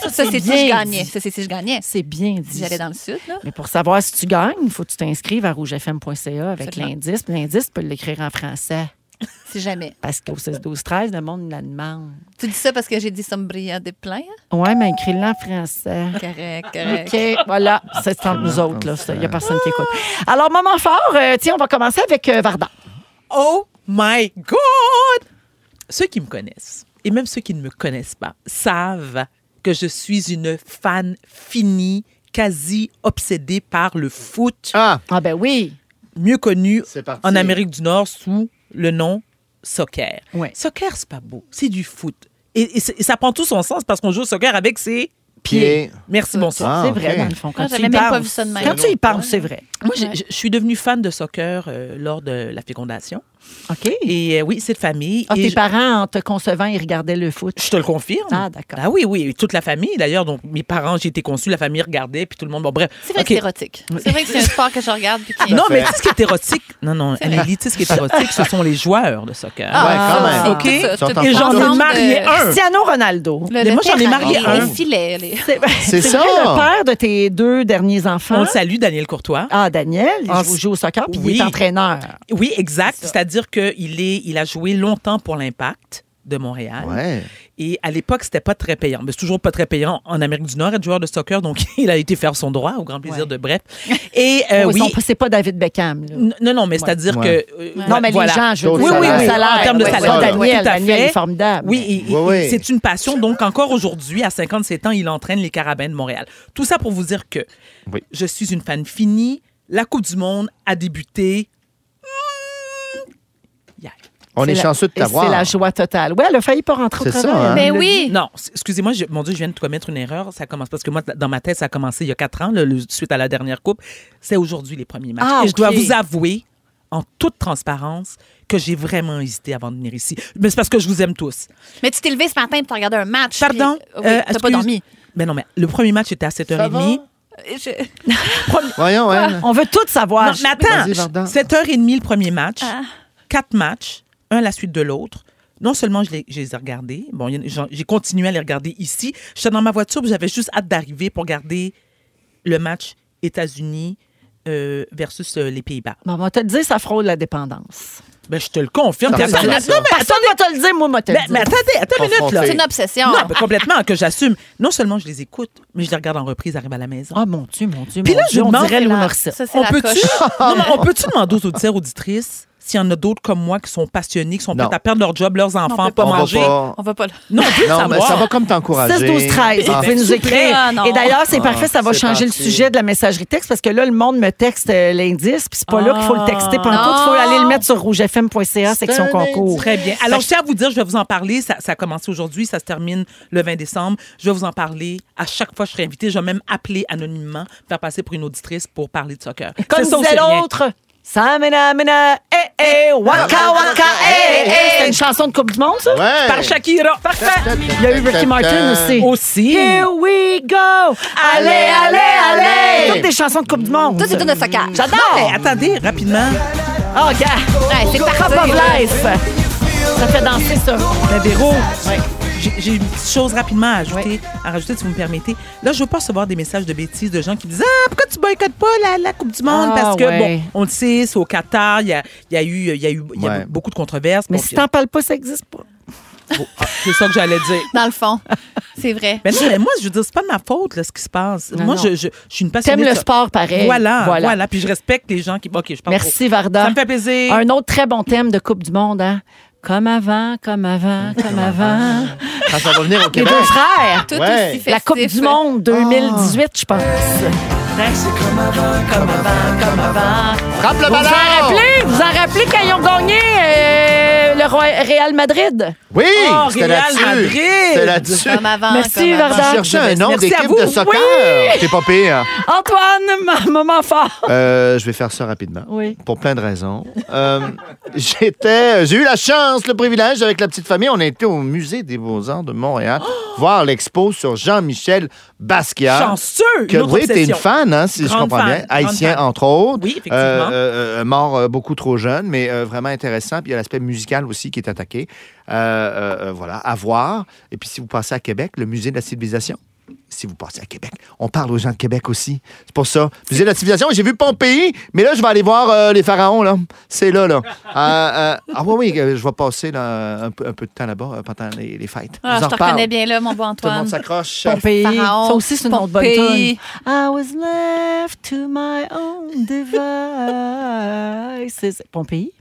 H: Ça, ça, c'est si
B: bien
H: je gagnais.
B: dit.
H: Ça, c'est si je gagnais.
B: C'est bien
H: Si
B: dit.
H: j'allais dans le sud, là.
B: Mais pour savoir si tu gagnes, il faut que tu t'inscrives à rougefm.ca avec
H: Absolument.
B: l'indice. Puis L'indice, tu peux l'écrire en français.
H: Si jamais.
B: Parce qu'au 16, 12, 13, le monde la demande.
H: Tu dis ça parce que j'ai dit sombria de playa?
B: Ouais, mais écris-le en français.
H: Correct, correct.
B: OK, voilà, c'est entre nous autres, là. Il n'y a personne qui écoute. Alors, moment fort, euh, tiens, on va commencer avec euh, Varda.
G: Oh my God! Ceux qui me connaissent, et même ceux qui ne me connaissent pas, savent que je suis une fan finie, quasi obsédée par le foot,
C: Ah,
B: Ah, ben oui.
G: mieux connu
C: C'est parti.
G: en Amérique du Nord sous le nom soccer.
B: Ouais.
G: Soccer, c'est pas beau, c'est du foot. Et, et c'est- et ça prend tout son sens parce qu'on joue au soccer avec ses pieds.
C: Pieds.
G: Merci, bonsoir.
C: Ah,
B: c'est
C: ok.
B: vrai, dans le fond. Quand
H: Ah,
B: tu y
H: j'avais même pas
B: penses.
H: vu ça de même.
B: Quand tu y penses, c'est vrai.
G: Moi, j'ai- je je suis devenue fan de soccer euh, lors de la fécondation.
B: OK.
G: Et euh, oui, c'est de famille.
B: Ah,
G: Et
B: tes
G: je-
B: parents, en te concevant, ils regardaient le foot.
G: Je te le confirme.
B: Ah, d'accord.
G: Ah oui, oui, toute la famille d'ailleurs. Donc mes parents, j'ai été conçue, la famille regardait, puis tout le monde. Bon, bref.
H: C'est vrai
G: OK.
H: que c'est érotique. C'est vrai que c'est un sport que je regarde. Puis qui...
G: Non, mais tu sais ce qui est érotique? Non, non, Amélie, tu sais ce qui est érotique? Ce sont les joueurs de soccer.
H: Ah,
C: quand même.
H: c'est tout ça,
G: OK.
C: Ils sont
H: tout
C: en
G: Et j'en ai
H: ensemble
G: marié
H: de-
G: un.
B: Cristiano Ronaldo.
H: Le-
G: Mais
H: le
G: moi, j'en ai
H: terrain,
G: marié
H: les-
G: un.
H: Les filets, les-
C: C'est
B: C'est vrai, le
C: ça!
B: père de tes deux derniers enfants.
G: On le salue, Daniel Courtois.
B: Ah, Daniel, il
G: En-
B: joue, joue au soccer, puis il
G: Oui.
B: est entraîneur.
G: Oui, exact. C'est-à-dire qu'il est, il a joué longtemps pour l'Impact de Montréal.
C: Ouais.
G: Et à l'époque, c'était pas très payant. Mais c'est toujours pas très payant en Amérique du Nord être joueur de soccer. Donc, il a été faire son droit, au grand plaisir
B: Ouais.
G: de bref. Et euh,
B: Oh, ils
G: oui.
B: sont pas- c'est pas David Beckham. là.
G: N- Non, non, mais c'est-à-dire
C: Ouais.
G: que. euh,
B: Non, mais
G: voilà.
B: les gens, je veux
C: Oui,
B: dire,
C: oui,
B: salaire,
C: oui,
B: salaire,
G: en termes de
B: ouais,
G: salaire,
B: ça,
G: oui,
B: Daniel,
G: tout à
B: Daniel
G: fait.
B: est formidable.
G: Oui, et- et-
C: Oui, oui.
G: et c'est une passion. Donc, encore aujourd'hui, à 57 ans, il entraîne les Carabins de Montréal. Tout ça pour vous dire que
C: Oui.
G: je suis une fan finie. La Coupe du Monde a débuté. hmm, hier.
C: On est,
B: C'est la-
C: chanceux
B: et
C: de
B: C'est la
C: t'avoir.
B: joie totale. Oui, elle a failli pas rentrer au
C: C'est ça,
B: travail.
C: hein.
B: elle l'a
H: Ben
B: dit.
H: oui.
G: Non, c- excusez-moi, je- mon Dieu, je viens de commettre une erreur. Ça commence parce que moi, dans ma tête, ça a commencé il y a quatre ans, là, le- suite à la dernière coupe. C'est aujourd'hui les premiers matchs.
B: Ah,
G: Et je dois
B: ok.
G: vous avouer, en toute transparence, que j'ai vraiment hésité avant de venir ici. Mais c'est parce que je vous aime tous.
H: Mais tu t'es levé ce matin et tu as regardé un match.
G: Pardon?
H: Puis- Oui,
G: Euh,
H: T'as pas
G: excuse-
H: dormi.
G: Mais non, mais le premier match était à 7h30.
H: Je-
C: Voyons, hein.
B: On veut tout savoir.
G: Non, mais
C: Vas-y, Varda.
G: attends, 7h30 le premier match,
H: Ah.
G: quatre matchs, un à la suite de l'autre. Non seulement je les, je les ai regardés, bon, il y en a- j'en- j'ai continué à les regarder ici. J'étais dans ma voiture, puis j'avais juste hâte d'arriver pour regarder le match États-Unis euh, versus euh, les Pays-Bas.
B: Bon, on va te le dire, ça frôle la dépendance.
G: Ben, je te le confirme.
C: Non,
G: puis
C: mais
G: attends,
C: c'est-
G: non, mais-
B: Personne va te le dire, moi, moi, te le
G: mais, mais
B: dire.
G: attendez, attends une minute, là.
C: Confronté.
H: C'est une obsession.
G: Non, ben, complètement, que j'assume. Non seulement je les écoute, mais je les regarde en reprise, arrive à la maison.
B: Ah, mon Dieu, mon Dieu,
G: Puis
B: mon
G: là,
B: Dieu,
G: je
B: on
G: demande-
B: dirait Lou
H: la-
B: Morissette.
H: ça, c'est
G: On
H: la
G: peut-tu
H: coche.
G: Ah, Non, mais on peut-tu demander aux auditeurs, auditrices, s'il y en a d'autres comme moi qui sont passionnés, qui sont
C: Non.
G: prêts à perdre leur job, leurs enfants,
H: peut
G: pas
C: on va
G: manger?
C: pas.
H: On va pas là.
G: Non, on veut
C: Non, mais
G: savoir.
C: ça va comme t'encourager.
B: 16, 12, 13. Vous
C: Ah,
B: pouvez nous écrire.
H: Ah, non.
B: Et d'ailleurs, c'est parfait, ça va
C: c'est
B: changer
C: parti.
B: le sujet de la messagerie texte parce que là, le monde me texte euh, l'indice, puis c'est pas là qu'il faut le texter pendant tout. Il faut
H: Non.
B: aller le mettre sur rougefm.ca, section
C: un
B: concours.
G: Très bien. Alors, je tiens à vous dire, je vais vous en parler. Ça, ça a commencé aujourd'hui, ça se termine le 20 décembre. Je vais vous en parler. À chaque fois que je serai invitée, je vais même appeler anonymement, faire passer pour une auditrice pour parler de soccer.
B: Comme
G: C'est ça ou
B: disait
G: c'est rien.
B: l'autre, ça mena mena, eh eh, waka waka, eh eh, c'est une chanson de Coupe du Monde, ça?
C: Ouais.
G: Par Shakira. Parfait.
B: Il y a eu Ricky Martin aussi.
G: Aussi.
B: Here we go! Allez, allez, allez! Toutes des chansons de Coupe du Monde.
D: Tout c'est tout de soccer.
G: Hey, attendez, rapidement.
B: Oh, gars!
D: Ouais, c'est parti.
B: Cup of Life! Ça fait danser, ça.
G: Ben, Véro, j'ai- j'ai une petite chose rapidement à ajouter, à rajouter, si vous me permettez. Là, je veux pas recevoir des messages de bêtises de gens qui disent Ah, pourquoi tu boycottes pas la, la Coupe du Monde?
B: Ah,
G: Parce que,
B: ouais.
G: bon, on le sait, c'est au Qatar, il y a, il y a eu, il y a eu il y a
C: Ouais.
G: beaucoup de controverses.
B: Mais
G: Bon,
B: si
G: puis-
B: t'en parles pas, ça existe pas.
G: bon, ah, c'est ça que j'allais dire.
H: Dans le fond, c'est vrai.
G: Mais, non, mais moi, je veux dire, c'est pas de ma faute, là, ce qui se passe.
B: Non,
G: moi,
B: non.
G: Je, je, je suis une passionnée.
D: T'aimes le sport pareil.
G: Voilà, voilà, Puis je respecte les gens qui. OK, je parle trop.
D: Merci, Varda.
G: Ça me fait plaisir.
D: Un autre très bon thème de Coupe du Monde, hein? Comme avant, comme avant, comme avant.
C: Quand Ah, ça va venir au
D: Les
C: Québec.
D: deux frères.
H: Tout
C: Ouais.
H: aussi festif. euh,
D: La Coupe du Monde 2018, je pense.
C: Frappe le
D: Vous en
B: Oh.
C: ballon!
D: rappelez? Vous en rappelez quand ils ont gagné euh, le Roy- Real Madrid?
C: Oui!
G: Oh,
C: C'était
G: Real
C: là-dessus.
G: Madrid!
C: C'était là-dessus.
H: Comme avant.
D: Merci,
H: comme avant.
C: Je
D: Varda.
C: cherchais un nom
G: Merci à
C: d'équipe
G: vous.
C: de soccer. T'es pas pire.
D: Antoine, ma- moment fort.
C: Euh, je vais faire ça rapidement.
D: Oui.
C: Pour plein de raisons. Euh, j'étais, j'ai eu la chance, le privilège avec la petite famille. On a été au musée des Beaux-Arts de Montréal voir l'expo sur Jean-Michel Basquiat.
G: Chanceux!
C: Que,
G: une autre
C: oui, t'es une
G: obsession.
C: fan, hein, si je
G: Grande
C: comprends
G: fan,
C: bien.
G: grande
C: Haïtien,
G: fan.
C: entre autres.
G: Oui, effectivement.
C: Euh, euh, euh, mort euh, beaucoup trop jeune, mais euh, vraiment intéressant. Puis il y a l'aspect musical aussi qui est attaqué. Euh, euh, euh, voilà, à voir. Et puis si vous passez à Québec, le musée de la civilisation. Si vous passez à Québec, on parle aux gens de Québec aussi. C'est pour ça. Musée de la civilisation, j'ai vu Pompéi, mais là, je vais aller voir euh, les pharaons, là. C'est là, là. Euh, euh, ah, oui, oui, euh, je vais passer là, un, peu, un peu de temps là-bas euh, pendant les, les fêtes.
H: Ah,
C: On
H: je
C: en
H: te
C: reparle.
H: reconnais bien là, mon beau
C: Tout le
H: Antoine.
C: monde s'accroche.
D: Ton pays.
H: Pharaon,
D: Ça aussi, c'est une autre bonne
H: Pompéi.
D: tune. I was left to my own device. C'est Pompéi.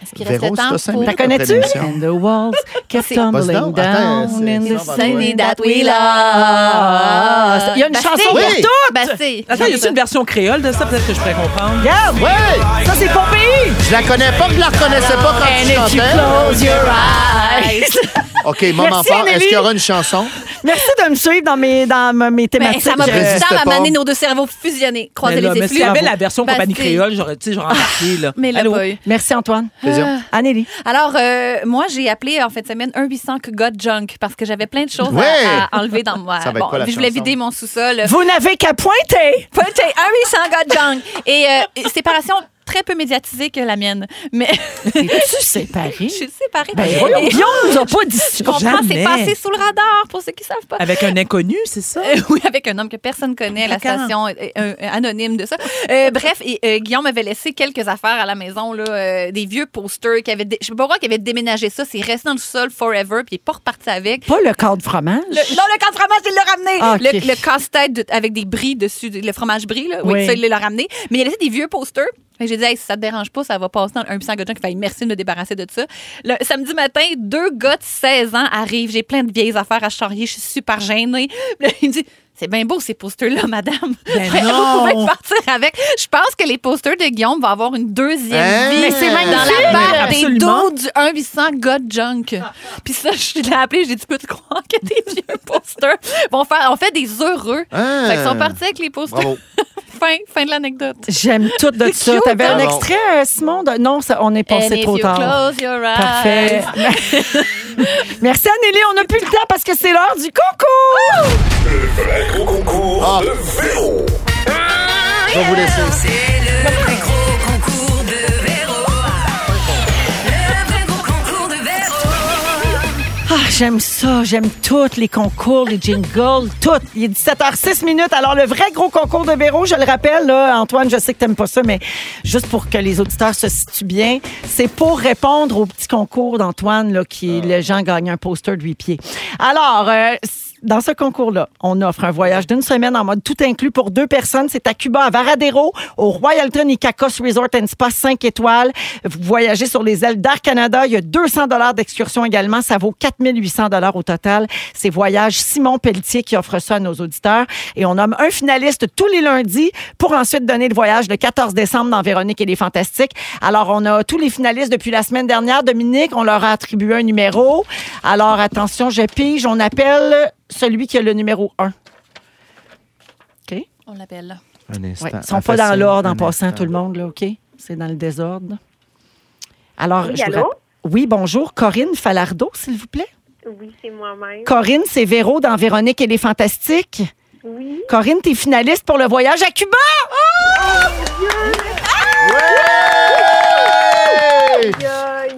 H: Est-ce qu'il reste
C: Véro,
H: le
C: c'est
H: temps
C: ça, cinq
H: pour...
C: minutes
B: La
C: après
B: connais-tu?
C: l'émission.
D: And the walls kept
H: C'est-
D: tumbling
C: Passe-donc. Attends,
D: down
C: c'est-
D: in
C: c'est
D: the
C: ça,
H: Sunday
D: sunny
H: that we
D: lost.
H: lost.
D: Il y a une
H: Bastille.
D: chanson
C: pour Oui.
H: Bastille.
G: Attends, y a une version créole de ça? Peut-être que je pourrais comprendre.
B: Regarde!
C: Ouais!
B: Ça, c'est pour pays!
C: Je la connais pas, que je la reconnaissais pas quand tu chantais.
D: Close your eyes.
C: OK, moment
B: Merci,
C: fort. Est-ce
B: Anneli.
C: qu'il y aura une chanson?
B: Merci de me suivre dans mes, dans ma- mes
H: Mais
B: thématiques.
H: Ben,
B: euh,
H: ça m'a pris
C: Résiste
H: du temps à
C: pas.
H: m'amener nos deux cerveaux fusionnés. Croiser
G: Mais là,
H: les
G: mais s'il y
H: effluves.
G: avait la version
H: Bastille.
G: compagnie créole, j'aurais, tu sais, j'aurais embarqué, là.
H: Mais là,
G: Allô?
H: boy.
D: Merci, Antoine.
C: Plaisir.
B: Anneli.
H: Alors, euh, moi, j'ai appelé en fin de semaine 1-800 God Junk parce que j'avais plein de choses à-
C: Ouais.
H: à, enlever dans moi.
C: Ça va être quoi, la
H: je voulais
C: chanson?
H: vider mon sous-sol.
B: Vous n'avez qu'à pointer!
H: Peut-être 1-800 God Junk. Et euh, séparation très peu médiatisée que la mienne. Mais
D: T'es-tu séparé?
H: je suis séparée.
D: Ben,
H: Et-
D: voyons, ils nous ont pas dit
H: je comprends, c'est
G: Jamais.
H: passé sous le radar pour ceux qui savent pas.
G: Avec un inconnu, c'est ça?
H: Euh, oui, avec un homme que personne connaît, la
G: D'accord.
H: station euh, euh, anonyme de ça. Euh, bref, et, euh, Guillaume avait laissé quelques affaires à la maison, là, euh, des vieux posters, qui avaient dé- je sais pas pourquoi, qui avaient déménagé ça, c'est resté dans le sol forever, puis il est pas reparti avec.
D: Pas le corps de fromage.
H: Le, non, le casse fromage, il l'a ramené.
D: Ah, ok.
H: Le, le casse-tête de- avec des bris dessus, le fromage bris, là. Oui,
D: Oui.
H: ça, il l'a ramené. Mais il a laissé des vieux posters. Fait que J'ai dit, Hey, si ça te dérange pas, ça va passer dans le 1% gars qui fait merci de me débarrasser de ça. Le samedi matin, deux gars de 16 ans arrivent. J'ai plein de vieilles affaires à charrier. Je suis super gênée. Puis là, il me dit, c'est bien beau ces posters-là, madame.
G: Ben
H: Fait que
G: non.
H: Vous pouvez partir avec. Je pense que les posters de Guillaume vont avoir une deuxième
C: Hein?
H: vie
C: Mais
D: c'est
H: dans
D: magnifique.
H: la barre des
G: Absolument.
H: dos du 1-800 God Junk.
B: Ah.
H: Puis ça, je l'ai appelé, j'ai dit, peux-tu croire que tes vieux posters vont faire, on fait des heureux.
C: Hein?
H: Fait qu'ils sont partis avec les posters.
C: Bravo.
H: fin, fin de l'anecdote.
D: J'aime tout de
B: Ça,
D: ça.
B: T'avais un
C: hein?
B: extrait, euh, Simon? de- Non, ça, on est
H: And
B: passé
H: if
B: trop
H: you
B: tard.
H: close your eyes.
B: Parfait. Merci, Anneli. On n'a plus le temps parce que c'est l'heure du concours!
E: Gros concours
C: Ah.
E: de Véro.
C: Je vais vous laisser.
I: C'est le plus gros concours de Véro. Le plus gros concours de Véro.
B: Ah, j'aime ça. J'aime tous les concours, les jingles, tout. Il est 17h06 minutes. Alors, le vrai gros concours de Véro, je le rappelle, là, Antoine, je sais que t'aimes pas ça, mais juste pour que les auditeurs se situent bien, c'est pour répondre au petit concours d'Antoine, là, qui est le Jean gagne un poster de huit pieds. Alors, euh, dans ce concours-là, on offre un voyage d'une semaine en mode tout inclus pour deux personnes. C'est à Cuba, à Varadero, au Royalton Icacos Resort and Spa 5 étoiles. Vous voyagez sur les ailes d'Air Canada. Il y a 200 dollars d'excursion également. Ça vaut 4800 dollars au total. C'est Voyage Simon Pelletier qui offre ça à nos auditeurs. Et on nomme un finaliste tous les lundis pour ensuite donner le voyage le 14 décembre dans Véronique et les Fantastiques. Alors, on a tous les finalistes depuis la semaine dernière. Dominique, on leur a attribué un numéro. Alors, attention, je pige. On appelle celui qui a le numéro 1.
H: On l'appelle.
B: Hein?
C: Un instant.
B: Ouais, Ils sont pas dans l'ordre en passant, tout le monde, là, OK? C'est dans le désordre. Alors, je vous rapp- Oui, bonjour. Corinne Falardeau, s'il vous plaît.
J: Oui, c'est moi-même.
B: Corinne, c'est Véro dans Véronique et les Fantastiques.
J: Oui.
B: Corinne, t'es finaliste pour le voyage à Cuba!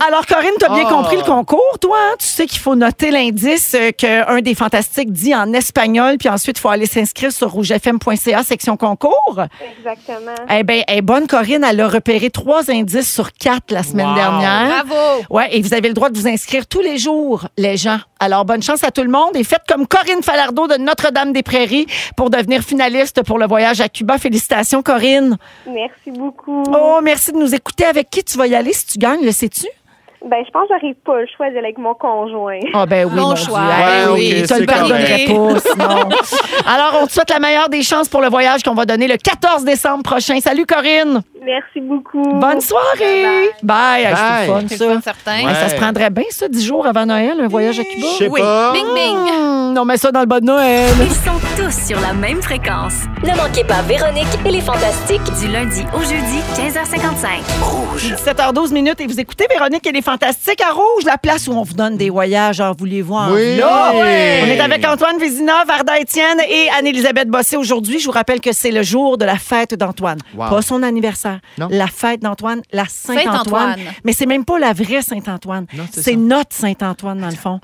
B: Alors, Corinne, t'as bien
C: Ah.
B: compris le concours, toi. hein? Tu sais qu'il faut noter l'indice euh, qu'un des fantastiques dit en espagnol, puis ensuite, il faut aller s'inscrire sur rougefm.ca, section concours.
J: Exactement.
B: Eh bien, bonne Corinne, elle a repéré trois indices sur quatre la semaine
H: Wow.
B: dernière.
H: Bravo!
B: Ouais, et vous avez le droit de vous inscrire tous les jours, les gens. Alors, bonne chance à tout le monde et faites comme Corinne Falardeau de Notre-Dame-des-Prairies pour devenir finaliste pour le voyage à Cuba. Félicitations, Corinne.
J: Merci beaucoup.
B: Oh, merci de nous écouter. Avec qui tu vas y aller si tu gagnes, le sais-tu?
J: Ben, je pense que j'arrive pas le choix d'aller avec mon conjoint.
B: Ah ben oui,
H: Bon
B: mon
H: choix.
B: Dieu.
H: Ouais,
B: Ben
H: ok,
B: oui, tu
H: c'est
B: le pardonnerais pas,
H: correct.
B: sinon. Alors, on te souhaite la meilleure des chances pour le voyage qu'on va donner le 14 décembre prochain. Salut, Corinne.
J: Merci beaucoup.
B: Bonne soirée. Bye. Ah,
C: Bye.
B: C'est
H: C'est
B: le fun,
H: le fun,
B: ça.
H: certain.
B: Ouais, Ça se prendrait bien, ça, 10 jours avant Noël, un voyage à Cuba.
C: Je sais
H: Oui.
C: pas.
H: Bing, bing.
B: Hmm, on met ça dans le bon de Noël.
A: Ils sont tous sur la même fréquence.
F: Ne manquez pas Véronique et les Fantastiques.
A: Du lundi au jeudi, 15h55.
B: 7h12 minutes et vous écoutez Véronique et les Fantastiques à Rouge, la place où on vous donne des voyages, en voulez-vous, en
C: Oui.
B: voilà.
C: Ouais.
B: On est avec Antoine Vézina, Varda Étienne et Anne-Élisabeth Bossé aujourd'hui. Je vous rappelle que c'est le jour de la fête d'Antoine.
C: Wow.
B: Pas son anniversaire.
C: Non.
B: La fête d'Antoine, la Saint-Antoine.
H: Saint-Antoine.
B: Mais c'est même pas la vraie Saint-Antoine.
C: Non, c'est
B: C'est
C: ça.
B: notre Saint-Antoine, dans le fond.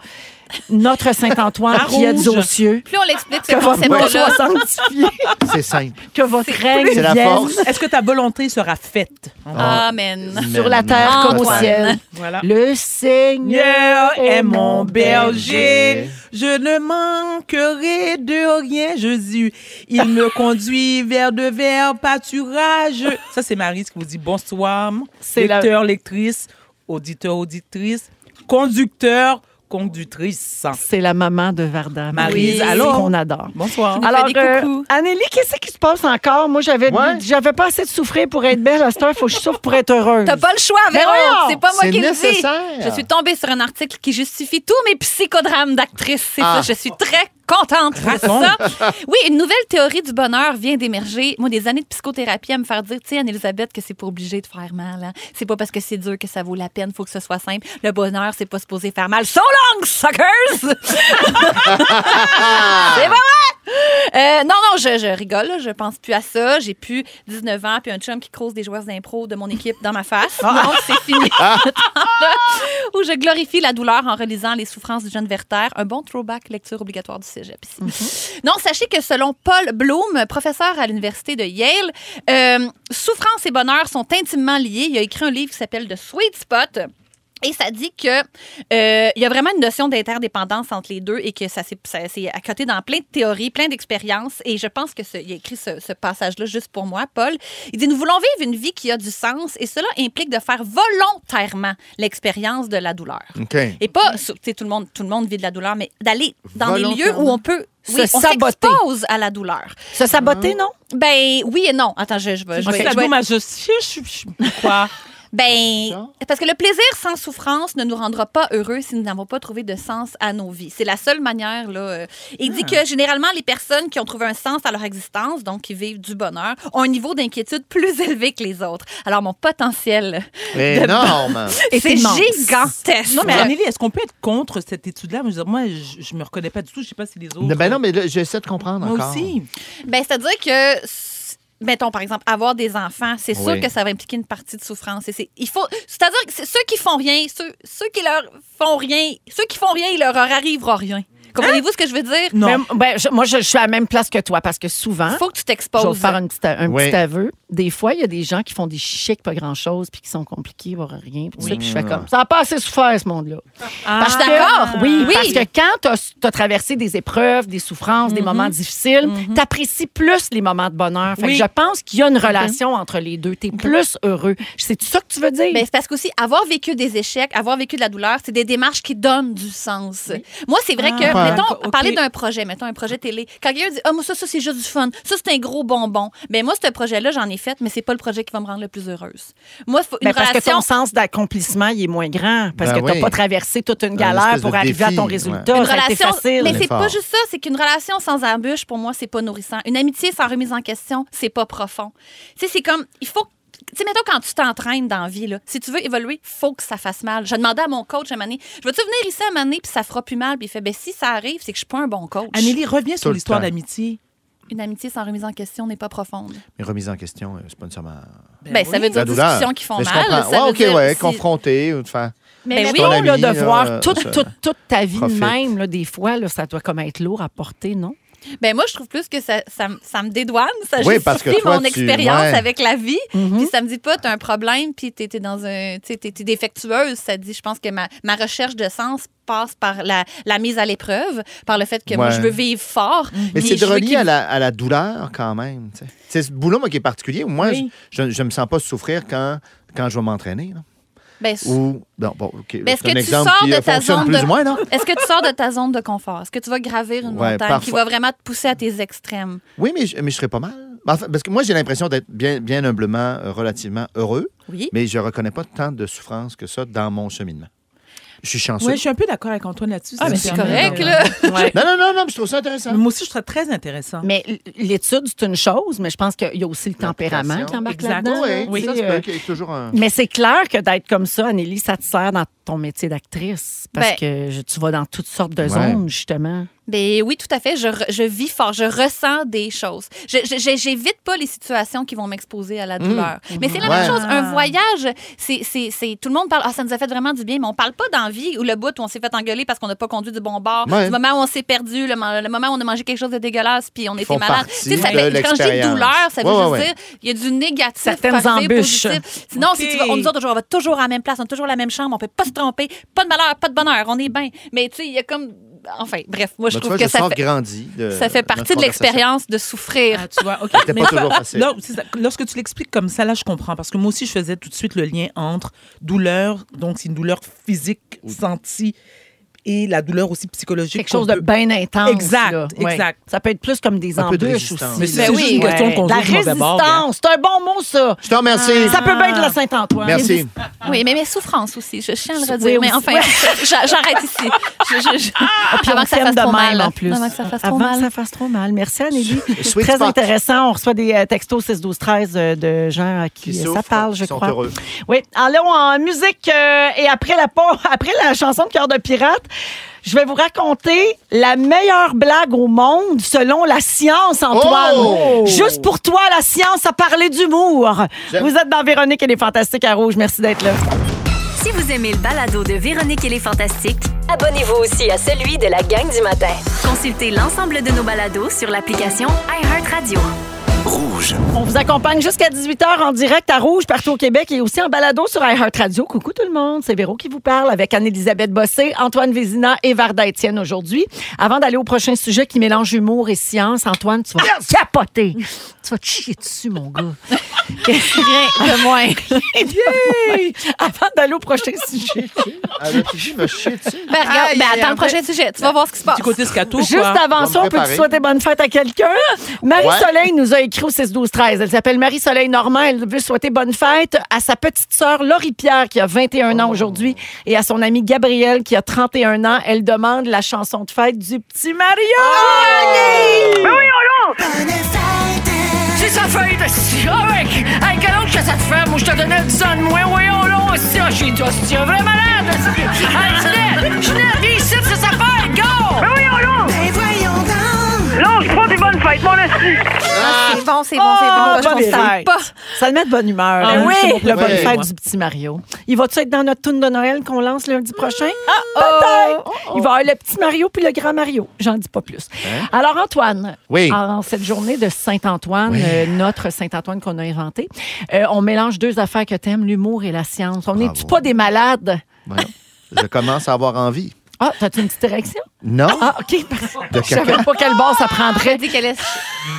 B: Notre Saint-Antoine qui est
G: rouge.
B: aux cieux.
H: Plus on l'explique, ce
B: Que votre nom soit
H: concept-là.
B: sanctifié,
C: C'est simple.
B: que votre règne
C: C'est la
B: vienne
C: force.
G: Est-ce que ta volonté sera faite?
C: Ah.
H: Amen.
B: sur la terre comme au
H: Antoine.
B: ciel.
G: Voilà.
B: Le Seigneur
G: Seigneur est mon berger. Je ne manquerai de rien, Jésus. Il me conduit vers de verts pâturages. Ça, c'est Marie qui vous dit bonsoir.
B: C'est la-
G: Lecteur, lectrice, auditeur, auditrice, conducteur, conductrice.
B: C'est la maman de Varda.
G: Maryse,
B: alors
G: allô?
B: qu'on adore.
G: Bonsoir.
H: nous
B: Alors,
H: fait des
B: euh,
H: coucous.
B: Anneli, qu'est-ce qui se passe encore? Moi, j'avais
C: Ouais.
B: j'avais pas assez de souffrir pour être belle. À cette heure, faut que je souffre pour être heureuse.
H: T'as pas le choix, Véro.
B: Mais voyons,
H: C'est pas moi
C: c'est
H: qui le
C: nécessaire.
H: dis. Je suis tombée sur un article qui justifie tous mes psychodrames d'actrice. C'est
C: Ah.
H: ça. Je suis très contente de
G: Raconte.
H: ça. Oui, une nouvelle théorie du bonheur vient d'émerger. Moi, des années de psychothérapie à me faire dire, tu sais, Anne-Elisabeth, que c'est pas obligé de faire mal. hein. C'est pas parce que c'est dur que ça vaut la peine. Faut que ce soit simple. Le bonheur, c'est pas supposé faire mal. So long, suckers! C'est pas vrai! Euh, non, non, je, je rigole. là. Je pense plus à ça. J'ai plus 19 ans, puis un chum qui croise des joueurs d'impro de mon équipe dans ma face. Non, c'est fini. Où je glorifie la douleur en relisant les souffrances du jeune Werther. Un bon throwback lecture obligatoire du cégep ici. Non, sachez que selon Paul Bloom, professeur à l'université de Yale, euh, souffrance et bonheur sont intimement liés. Il a écrit un livre qui s'appelle The Sweet Spot. Et ça dit que euh, il y a vraiment une notion d'interdépendance entre les deux et que ça s'est ça s'est accoté dans plein de théories, plein d'expériences. Et je pense que ce- il a écrit ce, ce passage-là juste pour moi, Paul. Il dit Nous voulons vivre une vie qui a du sens et cela implique de faire volontairement l'expérience de la douleur.
C: OK.
H: Et pas, sur- tu sais, tout le monde, tout le monde vit de la douleur, mais d'aller dans des lieux
C: Volontairement.
H: où on peut
B: Se
H: on
B: saboter.
H: s'expose à la douleur.
B: Se saboter, non?
H: Ben oui et non. Attends, je, je vais. je
G: Je
H: vais-
G: sais
H: je vais-
G: pas, mais je suis- je suis- je suis- quoi?
H: Ben, parce que le plaisir sans souffrance ne nous rendra pas heureux si nous n'avons pas trouvé de sens à nos vies. C'est la seule manière, là. euh. Il dit que généralement, les personnes qui ont trouvé un sens à leur existence, donc qui vivent du bonheur, ont un niveau d'inquiétude plus élevé que les autres. Alors, mon potentiel,
C: Énorme.
H: c'est
B: c'est immense.
H: gigantesque.
G: Non, mais Anneli, est-ce qu'on peut être contre cette étude-là? Je veux dire, Moi, je, je me reconnais pas du tout. Je sais pas si les autres.
C: Ben non, mais là, j'essaie de comprendre
G: Moi
C: encore.
G: aussi.
H: Ben, c'est-à-dire que, s- mettons, par exemple, avoir des enfants, c'est sûr
C: Oui.
H: que ça va impliquer une partie de souffrance. Et c'est, il faut, c'est-à-dire que c'est- ceux qui font rien, ceux, ceux qui leur font rien, ceux qui font rien, il leur arrivera rien. Comprenez-vous ce que je veux dire?
G: Non.
B: Mais, ben, je- moi, je, je suis à la même place que toi parce que souvent,
H: Il faut que
B: Hein? je
H: tu
B: vais
H: t'exposes.
B: vous faire un petit, un
C: Oui.
B: petit aveu. Des fois, il y a des gens qui font des chics pas grand-chose puis qui sont compliqués pour rien. Puis, tout ça, puis je
C: Mm.
B: fais comme, ça a pas assez souffert, ce monde-là.
H: Ah, je suis d'accord.
B: Oui,
H: Oui.
B: parce que quand tu as, traversé des épreuves, des souffrances,
H: Mm-hmm.
B: des moments difficiles, tu apprécies plus les moments de bonheur. Fait que
G: Oui.
B: je pense qu'il y a une
H: Mm-hmm.
B: relation entre les deux. Tu es plus heureux. C'est ça que tu veux dire?
H: Ben, c'est parce qu'aussi, avoir vécu des échecs, avoir vécu de la douleur, c'est des démarches qui donnent du sens. Moi, c'est vrai que,
G: Ah,
H: mettons,
G: ok.
H: parler d'un projet, mettons un projet télé. Quand quelqu'un dit, ah, moi, ça, ça, c'est juste du fun. Ça, c'est un gros bonbon. Ben, moi, ce projet-là, j'en ai fait, mais c'est pas le projet qui va me rendre le plus heureuse. Moi, faut une
B: Ben, parce que
H: relation.
B: ton sens d'accomplissement, il est moins grand. Parce
C: Ben
B: que tu
C: oui.
B: pas traversé toute une
C: Une
B: galère
C: espèce
B: pour
C: de
B: arriver à
C: défi,
B: ton
C: ouais.
B: résultat.
H: Une
B: Ça a été
H: relation,
B: facile.
H: mais c'est
C: L'effort.
H: pas juste ça, c'est qu'une relation sans embûche, pour moi, c'est pas nourrissant. Une amitié sans remise en question, c'est pas profond. Tu sais, c'est comme, il faut tu sais, mettons, quand tu t'entraînes dans la vie, là, si tu veux évoluer, faut que ça fasse mal. Je demandais à mon coach à un moment donné, je veux-tu venir ici à un moment donné, puis ça fera plus mal? Puis il fait, ben si ça arrive, c'est que je suis pas un bon coach.
G: Amélie, reviens
C: Tout
G: sur
C: le
G: l'histoire
C: temps.
G: d'amitié.
H: Une amitié sans remise en question n'est pas profonde.
C: Mais remise en question, euh, c'est pas nécessairement.
H: Ben, ça veut dire
C: La douleur.
H: discussions qui font
C: Mais je
H: mal. ça
C: comprends. Ouais,
H: veut
C: OK,
H: dire
C: ouais,
H: si-
C: confronté ou de faire.
H: Mais
C: C'est
H: oui,
C: ton
B: mettons, là,
C: ami,
B: de voir
C: euh,
B: toute,
C: ça-
B: toute, toute ta vie de
C: profite.
B: même, là, des fois, là, ça doit comme être lourd à porter, non?
H: Ben moi, je trouve plus que ça, ça, me- ça me dédouane, ça
B: Oui,
H: justifie
B: parce que toi,
H: mon
B: tu-
H: expérience
B: ouais.
H: avec la vie. Puis ça me dit pas, t'as un problème, puis t'es t'es dans un, t'es, t'es, t'es défectueuse. Ça dit, je pense que ma, ma recherche de sens passe par la, la mise à l'épreuve, par le fait que moi,
C: Ouais.
H: je veux vivre fort.
C: Mais c'est
H: je
C: de
H: veux
C: relier
H: qu'il-
C: à la, à la douleur quand même. tu sais. C'est ce boulot, moi, qui est particulier. Moi,
H: Oui.
C: je ne me sens pas souffrir quand, quand je vais m'entraîner. là.
H: Ben,
C: Ou, non, bon, OK.
H: Ben, est-ce
C: c'est un
H: que tu
C: exemple
H: sors
C: qui
H: de
C: euh,
H: ta
C: fonctionne
H: zone
C: plus
H: de...
C: ou moins, non?
H: Est-ce que tu sors de ta zone de confort? Est-ce que tu vas gravir une
C: Ouais,
H: montagne qui
C: parfois.
H: va vraiment te pousser à tes extrêmes?
C: Oui, mais je, mais je serais pas mal. Enfin, parce que moi, j'ai l'impression d'être bien, bien humblement, euh, relativement heureux.
H: Oui.
C: Mais je reconnais pas tant de souffrance que ça dans mon cheminement. Je suis chanceux.
G: Oui, je suis un peu d'accord avec Antoine là-dessus.
C: Ah,
G: ça
C: mais
G: me
C: c'est
G: permet
C: correct,
G: d'en-
C: là.
G: Ouais.
C: Non, non, non, non, mais je trouve ça intéressant.
G: Mais moi aussi, je trouve ça très intéressant.
B: Mais l- l'étude, c'est une chose, mais je pense qu'il y a aussi le tempérament qui embarque là-dedans. là,
C: Oui,
B: tu
C: ça,
B: sais,
C: c'est
B: euh,
C: qu'il y ait toujours un... Ben,
B: Mais c'est clair que d'être comme ça, Anneli, ça te sert dans ton métier d'actrice. Parce que je- tu vas dans toutes sortes de
H: Ouais.
B: zones, justement.
H: Ben oui, tout à fait. Je, re- je vis fort, je ressens des choses. Je- je- je- J'évite pas les situations qui vont m'exposer à la
B: Mmh.
H: douleur. Mais c'est la
B: Ouais.
H: même chose.
B: Ah.
H: Un voyage, c'est c'est- c'est- tout le monde parle. Ah, ça nous a fait vraiment du bien, mais on parle pas d'envie ou le bout où on s'est fait engueuler parce qu'on n'a pas conduit du bon bord.
B: Ouais.
H: Du moment où on s'est perdu, le, mo- le moment où on a mangé quelque chose de dégueulasse puis on était
B: font
H: malade.
B: partie
H: Tu sais, ça
B: de
H: fait- quand je dis
B: l'expérience.
H: douleur, ça veut
B: Ouais,
H: juste
B: ouais, ouais.
H: dire il y a du négatif.
B: Certaines
H: par vivre
B: embûches.
H: positif. Sinon, si tu vas, on nous autres, on va toujours à la même place, on a toujours la même chambre, on peut pas se tromper, pas de malheur, pas de bonheur, on est bien. Mais tu sais, il y a comme Enfin, bref, moi, je
C: Ben, tu
H: trouve
C: vois,
H: que
C: je
H: ça
C: sors euh,
H: fait,
C: grandi de
H: ça fait
C: notre
H: partie de
C: conversation.
H: l'expérience de souffrir.
B: Ah,
G: tu vois, OK.
C: C'était
G: Mais
C: pas
G: ça-
C: toujours facile.
G: Non, c'est ça. Lorsque tu l'expliques comme ça, là, je comprends. Parce que moi aussi, je faisais tout de suite le lien entre douleur, donc c'est une douleur physique sentie, et la douleur aussi psychologique.
B: Quelque chose
G: qu'on
B: de
G: peut-
B: bien intense.
G: Exact,
B: là. Ouais.
G: exact.
B: Ça peut être plus comme des
G: Un peu de
B: embûches aussi.
G: résistance. Mais c'est
B: Ben
G: juste une question de conduire
B: La
G: du mauvais bord, hein.
B: résistance, c'est un bon mot, ça.
C: Je te remercie.
B: Ça peut bien être la Saint-Antoine.
C: Merci.
H: Oui, mais mes souffrances aussi, je tiens à le
B: Ah, Oui,
H: redire. mais
B: aussi.
H: enfin,
B: Ouais.
H: j'a- j'arrête ici. Je- je- je-
B: Puis
H: Avant
B: on
H: que ça
B: s'aime
H: fasse
B: de
H: trop
B: même,
H: mal.
B: en plus.
H: Avant que ça fasse trop
B: Avant que
H: mal.
B: ça fasse trop mal. Merci, Anneli.
H: Sweet
B: Très
H: spot.
B: intéressant. On reçoit des euh, textos 6, 12, 13 euh, de gens à qui,
C: Qui
B: euh, ça
C: souffrent,
B: parle, je
C: qui sont
B: crois.
C: heureux.
B: Oui, allons en musique euh, et après la, pau- après la chanson de Cœur de pirate, je vais vous raconter la meilleure blague au monde selon la science, Antoine.
K: Oh!
B: Juste pour toi, la science a parlé d'humour.
K: J'aime.
B: Vous êtes dans Véronique et les Fantastiques à Rouge. Merci d'être là.
A: Si vous aimez le balado de Véronique et les Fantastiques, abonnez-vous aussi à celui de la gang du matin. Consultez l'ensemble de nos balados sur l'application iHeartRadio.
L: Rouge.
B: On vous accompagne jusqu'à 18h en direct à Rouge, partout au Québec et aussi en balado sur iHeartRadio. Coucou tout le monde, c'est Véro qui vous parle avec Anne-Élisabeth Bossé, Antoine Vézina et Varda Étienne aujourd'hui. Avant d'aller au prochain sujet qui mélange humour et science, Antoine, tu vas capoter. Tu vas te chier dessus, mon gars. Rien de moins. Avant d'aller au prochain sujet.
C: Ah,
H: Ben, regarde, ben, attends le prochain sujet.
B: Ah,
H: Tu vas voir ce qui se passe.
B: Juste avant ça, on peut souhaiter bonne fête à quelqu'un? Marie-Soleil nous a écrit au 6 12 13 Elle s'appelle Marie-Soleil Normand. Elle veut souhaiter bonne fête à sa petite sœur Laurie Pierre, qui a 21
K: Oh.
B: ans aujourd'hui, et à son amie Gabrielle, qui a 31 ans. Elle demande la chanson de fête du petit Mario.
K: Ben oui, on l'entre! C'est sa fête, si avec! Hey, quel âge que ça te fait? Moi, je te donnais 10 ans de moins, voyons, là, aussi, ah, chez toi, si tu es vraiment malade! hostie. Hey, Ginette! Ginette, viens ici, c'est sa fête, go! Ben oui, on l'entre! Ben voyons donc! Lance pas des bonnes fêtes, mon esti!
H: c'est bon, c'est
K: bon, c'est
H: Ah,
K: bon, je
B: bonne
K: constate
B: fête.
K: pas.
B: Ça le met de bonne humeur.
K: Ah
B: hein,
K: oui?
B: c'est pour Le
K: Oui.
B: bonne fête
K: Ouais.
B: du petit Mario. Il va-tu être dans notre tourne de Noël qu'on lance lundi prochain?
C: Ah,
B: Ah,
C: oh,
B: Peut-être. Il va y avoir le petit Mario puis le grand Mario. J'en dis pas plus. Alors, Antoine,
C: Hein? Oui.
B: en cette journée de Saint-Antoine,
C: Oui.
B: euh, notre Saint-Antoine qu'on a inventé, euh, on mélange deux affaires que t'aimes, l'humour et la science. On n'est-tu pas des malades?
C: Voyons. Je commence à avoir envie.
B: Ah, t'as-tu une petite érection?
C: Non.
B: Ah, OK.
C: De
B: Je savais
C: caca.
B: pas quel bord ça prendrait.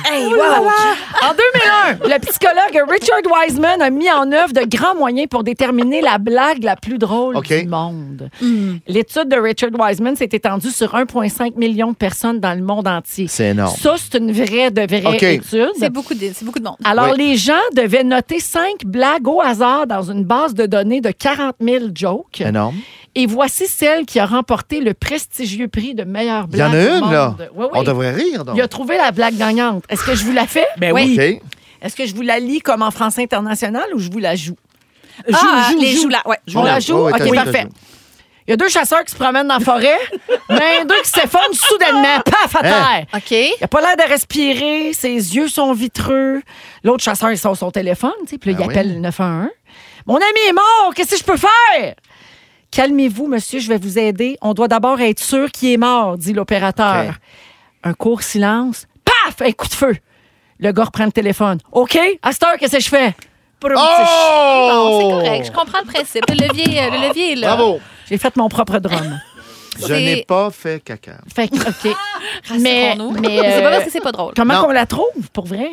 B: Hey,
K: Ouh là
B: wow.
K: là.
B: En 2001, le psychologue Richard Wiseman a mis en œuvre de grands moyens pour déterminer la blague la plus drôle du monde.
H: Hmm.
B: L'étude de Richard Wiseman s'est étendue sur 1,5 million de personnes dans le monde entier.
C: C'est énorme.
B: Ça, c'est une vraie de vraie
C: OK.
B: étude.
H: C'est beaucoup, de, c'est beaucoup de monde.
B: Alors, les gens devaient noter cinq blagues au hasard dans une base de données de 40 000 jokes.
C: Énorme.
B: Et voici celle qui a remporté le prestigieux prix de meilleure
C: Il y en
B: blague.
C: a
B: du
C: une, là.
B: monde. Oui, oui.
C: On devrait rire, donc.
B: Il a trouvé la blague gagnante. Est-ce que je vous la fais?
C: Ben oui. OK.
B: Est-ce que je vous la lis comme en français international ou je vous la joue?
H: Ah, les joue là, ouais.
B: Je vous la
H: Ouais.
B: joue?
H: Oh, t'as
B: OK,
H: joué, t'as
B: parfait.
H: joué.
B: Il y a deux chasseurs qui se promènent dans la forêt, mais deux qui s'effondrent soudainement, paf,
H: Hein?
B: à terre.
H: OK.
B: Il a pas l'air de respirer, ses yeux sont vitreux. L'autre chasseur, il sort son téléphone, tu sais, puis là,
M: Ah
B: il
M: oui.
B: appelle le 911. Mon ami est mort, qu'est-ce que je peux faire? Calmez-vous, monsieur, je vais vous aider. On doit d'abord être sûr qu'il est mort, dit l'opérateur. Un court silence. Paf! Un coup de feu. Le gars reprend le téléphone. OK, à cette heure, qu'est-ce que je fais? Proum, tu sais,
H: Oh! Bon, c'est correct. Je comprends le principe. Le levier, euh, le levier est là.
B: J'ai fait mon propre drum.
C: Je
H: C'est-
C: n'ai pas fait caca.
B: Fait que, OK. mais,
H: Rassurons-nous.
B: mais,
H: C'est pas
B: euh,
H: parce que c'est pas drôle.
B: Comment on la trouve, pour vrai?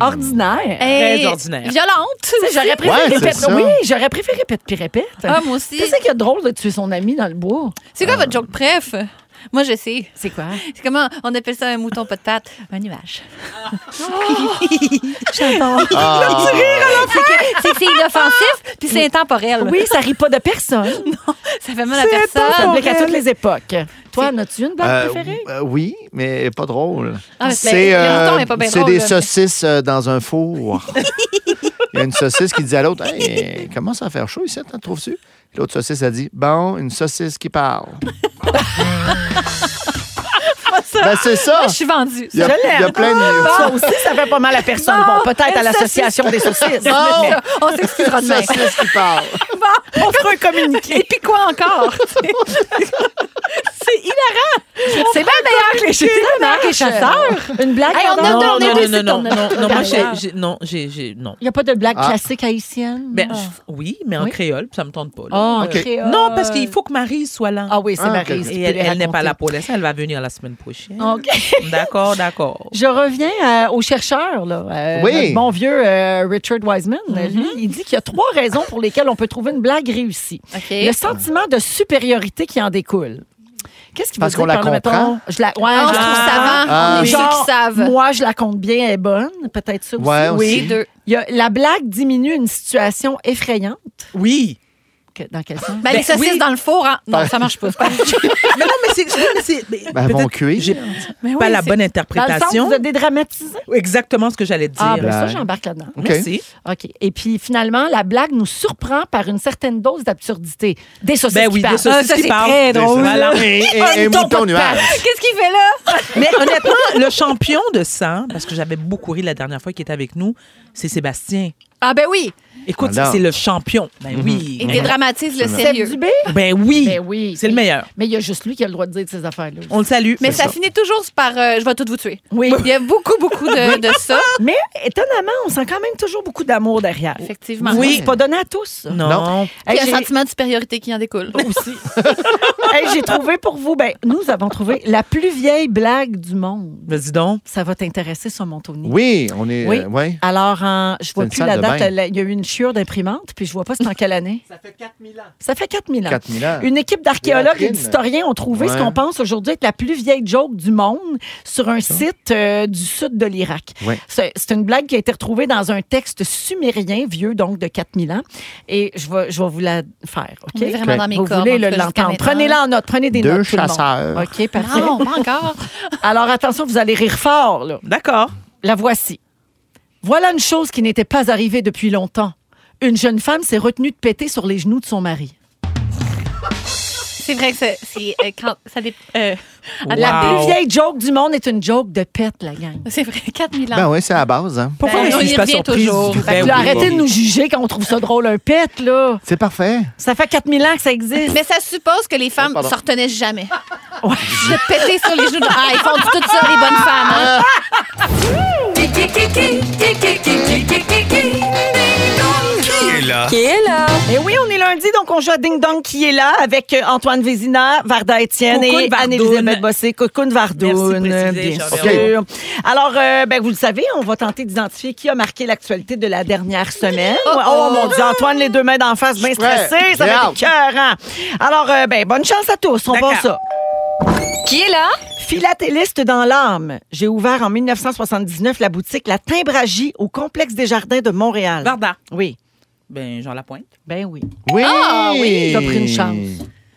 B: Ordinaire.
H: Hmm. Hey, Très ordinaire. violente,
B: Tu sais, J'aurais
H: aussi.
B: préféré
H: Ouais, c'est
B: répète.
H: ça.
B: Oui, j'aurais préféré répète puis répète.
H: Ah, moi aussi.
B: Qu'est-ce qu'il y a de drôle de tuer son ami dans le bois?
H: C'est quoi votre joke préf? Moi, je sais.
B: C'est quoi?
H: C'est comment on appelle ça un mouton pas de patte? Un nuage.
B: J'adore.
H: Ah.
B: Tu rires à la fin?
H: C'est que- c'est que c'est inoffensif, puis c'est intemporel.
B: Oui, ça rit pas de personne.
H: Ça fait mal à
B: C'est
H: personne.
B: pas Ça applique à toutes les époques. Toi, en as-tu une blague
C: Euh,
B: préférée?
C: euh, oui, mais pas drôle.
B: Ah, mais
C: c'est euh,
B: le mouton est pas bien
C: c'est
B: drôle,
C: des
B: là, mais-
C: saucisses euh, dans un four. Il y a une saucisse qui dit à l'autre Hey, commence à faire chaud ici, t'en trouves-tu L'autre saucisse a dit Bon, une saucisse qui parle. Ben, c'est ça.
B: Ah,
H: Moi, Ah, je suis vendue.
C: Il y a-
H: Je l'aime.
C: il y a plein de-
B: Ça aussi, ça fait pas mal à personne.
H: Non,
B: bon, peut-être à
H: une
B: l'association des
H: saucisse.
B: saucisses.
H: Non, on
B: Ah,
H: s'excusera demain.
C: Saucisse qui parle.
H: Bon, on fera un communiqué. Et puis quoi encore? c'est hilarant. C'est bien meilleur que les
B: C'est bien meilleur que les chasseurs. Une blague,
H: Hey, on
B: pardon?
H: a
B: Non,
H: donné
B: non,
H: deux,
B: non,
H: c'est
B: non,
H: ton
B: non,
H: affaire.
G: Non, moi, j'ai.
H: D'ailleurs.
G: j'ai- Non, j'ai. j'ai- Non.
B: Il n'y a pas de blague
G: Ah.
B: classique haïtienne?
G: Ben,
B: Ah.
G: je- oui, mais en
B: Oui.
G: créole, puis ça me tente pas. là.
B: Ah, en Ok. créole.
G: Non, parce qu'il faut que Marie soit là.
B: Ah oui, c'est Ah, Marie, ok. tu
G: Et
B: peux
G: elle,
B: les
G: elle n'est
B: raconter.
G: pas
B: Ah,
G: là pour l'instant. Elle va venir la semaine prochaine.
B: OK.
G: D'accord, d'accord.
B: Je reviens euh, au chercheur, là. Euh,
G: Oui.
B: notre bon vieux euh, Richard Wiseman. Lui, il dit qu'il y a trois raisons pour lesquelles on peut trouver une blague réussie. Le sentiment de supériorité qui en découle. Qu'est-ce qu'il veut
C: Parce
B: dire
C: qu'on la
B: par là,
C: comprend?
B: mettons, je la, ouais,
H: Ah, on
B: je
H: se trouve
B: la-
H: savant.
C: Ah. On est
B: Genre,
C: ceux qui
H: savent.
B: Moi, je la compte bien, elle est bonne. Peut-être ça aussi.
C: Ouais, aussi. Oui. Deux.
B: Il y a- la blague diminue une situation effrayante.
G: Oui.
B: dans quel sens?
H: Ben, les saucisses dans le four, hein. non,
G: Par-
H: ça marche pas. c'est pas-
G: mais non, mais c'est. oui, mais c'est- mais
C: Ben, vont
G: peut-être-
C: cuire.
G: j'ai
H: Mais
G: pas
H: oui,
G: la
H: c'est-
G: bonne
B: Dans le
G: interprétation.
B: sens de dédramatiser.
G: Exactement ce que j'allais dire.
B: Ah, ben ça, j'embarque là-dedans.
G: Merci.
B: OK. Et puis, finalement, la blague nous surprend par une certaine dose d'absurdité. Des saucisses
G: Ben
B: qui
G: oui,
B: parlent.
G: des saucisses
B: Ah, ça,
G: qui
B: c'est
G: parlent.
B: très
G: Des
B: drôle.
G: saucisses.
B: là.
G: Voilà. Et- et-
B: Un
G: et
B: mouton
G: mouton
B: pas de
G: nuage.
B: pattes.
H: Qu'est-ce qu'il fait là?
G: Mais honnêtement, le champion de ça, parce que j'avais beaucoup ri la dernière fois qu'il était avec nous, c'est Sébastien.
H: Ah, ben oui.
G: Écoute,
H: Alors.
G: c'est le champion. Ben oui.
H: Il dédramatise le
G: Absolument.
H: sérieux.
G: Ben oui.
B: Ben oui.
G: C'est le meilleur.
B: Mais il y a juste lui qui a le droit de dire de ces affaires-là.
G: On le salue.
H: Mais ça,
G: finit.
H: finit toujours par euh, je vais tout vous tuer.
B: Oui.
H: Il y a beaucoup, beaucoup de, de ça.
B: Mais étonnamment, on sent quand même toujours beaucoup d'amour derrière.
H: Effectivement.
B: Oui. C'est pas donné à tous.
G: Non. Non.
H: Puis
B: Hey,
H: Il y a
B: j'ai-
H: un sentiment de supériorité qui en découle.
B: Aussi. Hey, J'ai trouvé pour vous, ben, nous avons trouvé la plus vieille blague du monde.
G: Vas-y Ben, donc.
B: Ça va t'intéresser, ça, mon Tony.
C: Oui, on est.
B: Oui.
C: euh, ouais.
B: Alors, en- je vois
C: une
B: plus
C: salle
B: la
C: de
B: date.
C: bain.
B: la- Il y a eu une chiure d'imprimante, puis je vois pas c'est en quelle année. Ça fait 4000 ans. Ça fait 4000 ans.
C: 4000 ans.
B: Une équipe d'archéologues et
C: Latrine.
B: d'historiens ont trouvé ce
C: Ouais.
B: qu'on pense aujourd'hui être la plus vieille joke du monde sur un site euh, du sud de l'Irak.
C: Ouais.
B: C'est c'est une blague qui a été retrouvée dans un texte sumérien, vieux donc de 4000 ans. Et je vais, je vais vous la faire, OK?
H: On est vraiment dans mes
B: vous
H: cordes,
B: voulez
H: en
B: le-
H: tout cas, jusqu'à
B: l'entendre.
H: maintenant.
B: Prenez-la en note, prenez des
C: Deux
B: notes. tout le monde.
C: chasseurs.
B: OK, parfait.
H: Non, pas encore.
B: Alors attention, vous allez rire fort, là.
G: D'accord.
B: La voici. Voilà une chose qui n'était pas arrivée depuis longtemps. Une jeune femme s'est retenue de péter sur les genoux de son mari.
H: C'est vrai que c'est- c'est. euh, quand- ça dé- euh,
B: La
H: à la-
B: plus vieille joke du monde est une joke de pète, la gang.
H: C'est vrai, 4000 ans.
C: Ben oui, c'est à la base. Hein.
H: Pourquoi Ben, je on suis y pas revient surprise toujours. du tout?
B: Fait que
H: Ben
B: là,
H: oui.
B: arrêtez de nous juger quand on trouve ça drôle, un pète, là.
C: C'est parfait.
B: Ça fait 4000 ans que ça existe.
H: Mais ça suppose que les femmes
B: Oh, pardon.
H: s'en retenaient jamais. De péter sur les genoux. de- Ah, ils font tout ça, les bonnes femmes. hein. hein.
E: Qui est là?
B: Et Eh oui, on est lundi, donc on joue à Ding Dong qui est là avec euh, Antoine Vézina, Varda Étienne
G: Cocoon
B: et
G: Vardoune.
B: Anne-Elisabeth Bossé. Cocoon Vardoune,
G: Merci
B: bien
G: de préciser,
B: sûr.
G: Jean Vernier.
B: Alors, euh, ben, vous le savez, on va tenter d'identifier qui a marqué l'actualité de la dernière semaine.
G: Oh,
B: Oh,
G: oh.
B: mon Dieu, Antoine, les deux mains d'en face, bien
G: prêt.
B: stressé, ça
G: J'ai
B: va
G: hâte.
B: être écœurant. Alors, euh, ben, bonne chance à tous, on pense ça.
H: Qui est là?
B: Philatéliste dans l'âme. J'ai ouvert en 1979 la boutique La Timbragie au complexe des Jardins de Montréal.
G: Varda.
B: Oui.
G: Ben, Jean Lapointe.
B: Ben oui.
C: Oui.
B: Ah oui. T'as pris une chance.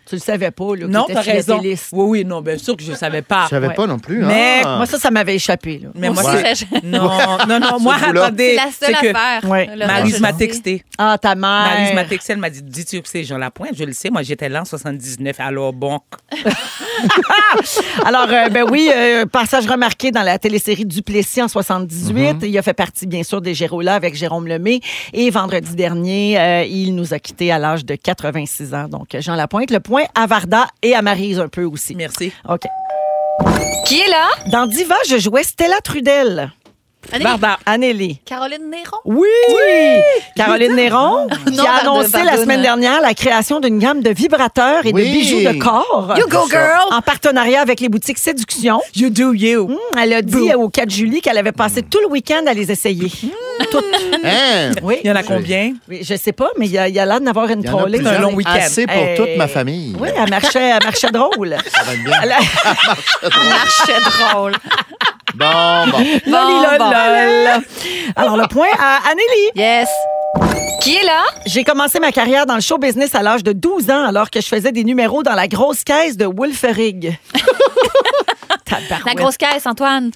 B: Tu le savais pas, là.
G: Non,
B: que
G: t'as
B: t'étais
G: raison.
B: philatéliste.
G: Oui, oui, non, bien sûr que je ne savais pas.
C: Je savais pas non plus,
G: Mais
C: ah.
B: Eh, Moi, ça, ça m'avait échappé, là.
G: Mais moi,
C: Moi aussi,
G: c'est-
C: ça, je-
G: Non, non, non, moi,
B: Ce bout-là. C'est
G: attendez.
B: la seule
G: c'est que-
B: affaire,
G: Ouais.
B: le
G: Maryse
B: reste,
G: m'a
B: non.
G: texté.
B: Ah, ta mère.
G: Maryse m'a texté, elle m'a dit Dis-tu que c'est Jean Lapointe Je le sais, moi, j'étais là en 79, alors bon.
B: Alors, euh, ben oui, euh, passage remarqué dans la télésérie Duplessis en 78.
G: Mm-hmm.
B: Il a fait partie, bien sûr, des Gérolas avec Jérôme Lemay. Et vendredi dernier, euh, il nous a quittés à l'âge de 86 ans. Donc, Jean Lapointe, le point à Varda et à Maryse un peu aussi.
G: Merci.
B: OK.
N: Qui est là?
B: Dans Diva, je jouais Stella Trudel.
H: Anneli.
B: Varda. Anneli.
H: Caroline Néron.
B: Oui! Caroline Néron, qui
H: Non,
B: a
H: Varda,
B: annoncé la
H: Vardoune.
B: semaine dernière la création d'une gamme de vibrateurs et
C: Oui.
B: de bijoux de corps.
H: You go, girl!
O: Ah,
B: En partenariat avec les boutiques Séduction.
G: You do you.
B: Mmh, elle a dit au 4 Julie qu'elle avait passé tout le week-end à les essayer.
C: Hum,
B: Toutes.
C: Hein?
B: Oui.
G: Il y en a combien
B: Oui, Je sais pas, mais il y a, il y a l'air d'en avoir une
C: Il y en a
B: trollée.
C: plusieurs.
G: un long week-end.
C: Assez pour
B: Hey.
C: toute ma famille.
B: Oui, elle marchait, elle marchait drôle.
C: Ça va être bien.
B: Elle a-
H: Marchait drôle.
C: Bon, bon.
B: Loli, lol,
H: bon.
B: lol. Alors, le point à Anélie.
H: Yes.
N: Qui est là?
B: J'ai commencé ma carrière dans le show business à l'âge de 12 ans, alors que je faisais des numéros dans la grosse caisse de Wolferig.
H: La grosse caisse, Antoine.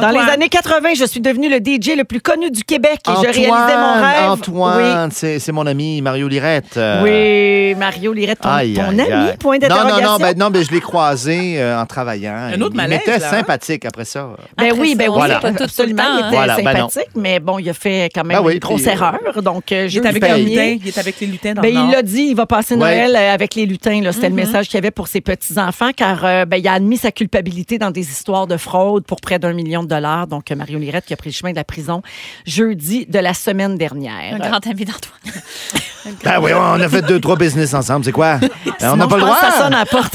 B: Dans les années 80, je suis devenu le DJ le plus connu du Québec et je réalisais mon rêve.
C: Antoine, c'est c'est mon ami Mario Lirette.
B: Oui.
C: euh,
B: Oui, Mario Lirette, ton,
C: aïe,
B: ton
C: aïe,
B: ami,
C: aïe.
B: point
C: Non,
B: d'interrogation.
C: non, non, ben, non, ben, je l'ai croisé euh, en travaillant.
G: Un autre
C: il
G: malaise,
C: était
G: là, hein?
C: sympathique après ça.
B: Ben
H: Après
B: oui,
H: ça,
B: ben
H: on
B: oui,
C: fait
H: pas tout
B: absolument,
H: tout le temps,
B: il
H: hein.
B: était
C: Voilà, ben non.
B: sympathique, mais bon, il a fait quand même
C: Ben oui,
B: une grosse
C: puis, euh,
B: erreur. Donc, euh,
G: Il
B: jeudi
G: est avec les
C: paye.
G: lutins.
B: dernier,
G: Il est avec les lutins dans
B: ben,
G: le Nord.
B: il l'a dit, il va passer
C: Ouais. Mm-hmm.
B: Noël euh, avec les lutins. là. C'était le message qu'il y avait pour ses petits-enfants, car euh, ben, il a admis sa culpabilité dans des histoires de fraude pour près d'un million de dollars. Donc, euh, Mario Lirette qui a pris le chemin de la prison jeudi de la semaine dernière. Euh,
H: Un grand ami d'Antoine.
C: Ben oui, on a fait deux, trois business ensemble, c'est quoi? Ben, on n'a
B: Sinon,
C: pas le
B: je pense
C: droit.
B: que Ça sonne à la porte.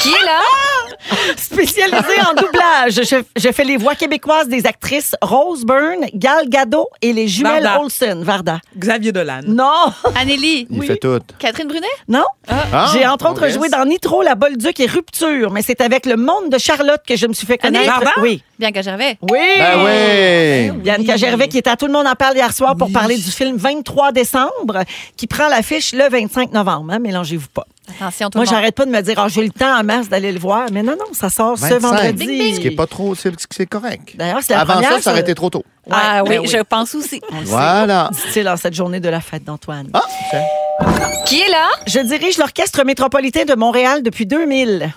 N: Qui est là?
B: Spécialisée en doublage, je, je fais les voix québécoises des actrices Rose Byrne, Gal Gadot et les jumelles
G: Varda.
B: Olsen. Varda.
G: Xavier Dolan.
B: Non,
H: Anneli.
C: Il fait tout.
H: Catherine Brunet.
B: non.
C: Ah,
B: J'ai entre
C: on
B: autres
C: reste.
B: joué dans Nitro, La Bolduc et Rupture, mais c'est avec le monde de Charlotte que je me suis fait connaître.
G: Varda?
B: Oui.
H: Bianca Gervais.
B: Oui.
C: Ben oui!
B: Yannick Gervais qui était à Tout le monde en parle hier soir pour
G: Oui.
B: parler du film 23 décembre qui prend l'affiche le 25 novembre. hein, Mélangez-vous pas.
H: Attention, tout
B: Moi,
H: le monde.
B: j'arrête pas de me dire, Ah, j'ai le temps en mars d'aller le voir. Mais non, non, ça sort ce
C: 25.
B: vendredi.
C: Ding, Ce qui est pas trop, c'est c'est correct.
B: D'ailleurs, c'est la
C: Avant
B: première, euh,
C: ça, ça aurait
B: ça.
C: été trop tôt.
H: Ah oui,
B: ben oui.
H: je pense aussi.
C: Voilà.
B: C'est dans cette journée de la fête d'Antoine.
C: Ah, tiens.
N: Qui est là?
B: Je dirige l'Orchestre métropolitain de Montréal depuis 2000.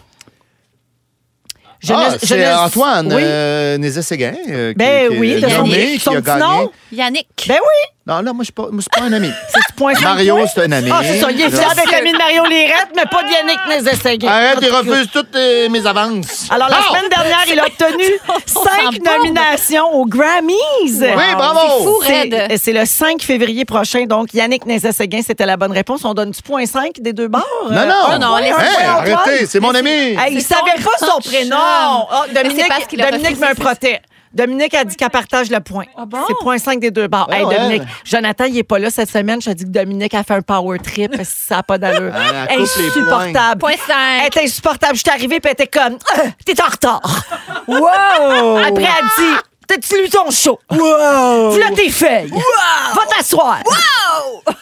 B: Je
C: Ah,
B: ne- je
C: c'est
B: ne-
C: Antoine
B: Oui.
C: euh, Nézet-Séguin, euh, qui-
B: Ben
C: qui est
B: oui, de son-
C: nommé,
B: son
C: qui a
B: petit
C: gagné.
B: nom.
H: Yannick.
B: Ben oui,
C: Non, là, moi, je suis pas, moi, je suis pas un ami.
B: c'est du point cinq
C: Mario,
B: points.
C: c'est un ami.
B: Ah, c'est ça, il est
C: Là,
B: fier d'être l'ami de Mario Lirette, mais pas de Yannick Nézet-Séguin.
C: Arrête,
B: En
C: il
B: tout cas.
C: refuse toutes euh, mes avances. Ah!
B: Alors, la
C: Non!
B: semaine dernière, il a obtenu
H: s'en
B: cinq
H: parle.
B: nominations aux Grammys.
C: Oui,
O: Oh,
C: bravo!
H: fou, raide.
B: C'est c'est le 5 février prochain. Donc, Yannick Nézet-Séguin, c'était la bonne réponse. On donne du point 5 des deux bords. euh,
C: Non, non!
H: Oh non,
C: Hey,
H: laisse faire,
B: Antoine.
C: arrêtez, c'est mon ami!
B: Hey, il
H: C'est son
B: savait pas son
H: chum.
B: prénom. Oh, Dominique,
H: Mais c'est parce qu'il a
B: Dominique
H: refusé,
B: me
H: c'est-
B: protait. Dominique a dit qu'elle partage le point. C'est point 5 des deux barres.
C: Ah
B: hey,
C: ouais.
B: Dominique, Jonathan, il est pas là cette semaine. Je te dis que Dominique a fait un power trip parce que ça n'a pas d'allure.
C: Ah, elle coupe les
B: Insupportable.
H: Point
B: Elle
H: cinq.
B: était insupportable. Je suis arrivée puis elle était comme Ah, T'es en retard. wow! Après, elle dit T'as-tu lu ton show? Wow! Tu l'as tes feuilles. Va t'asseoir. Wow!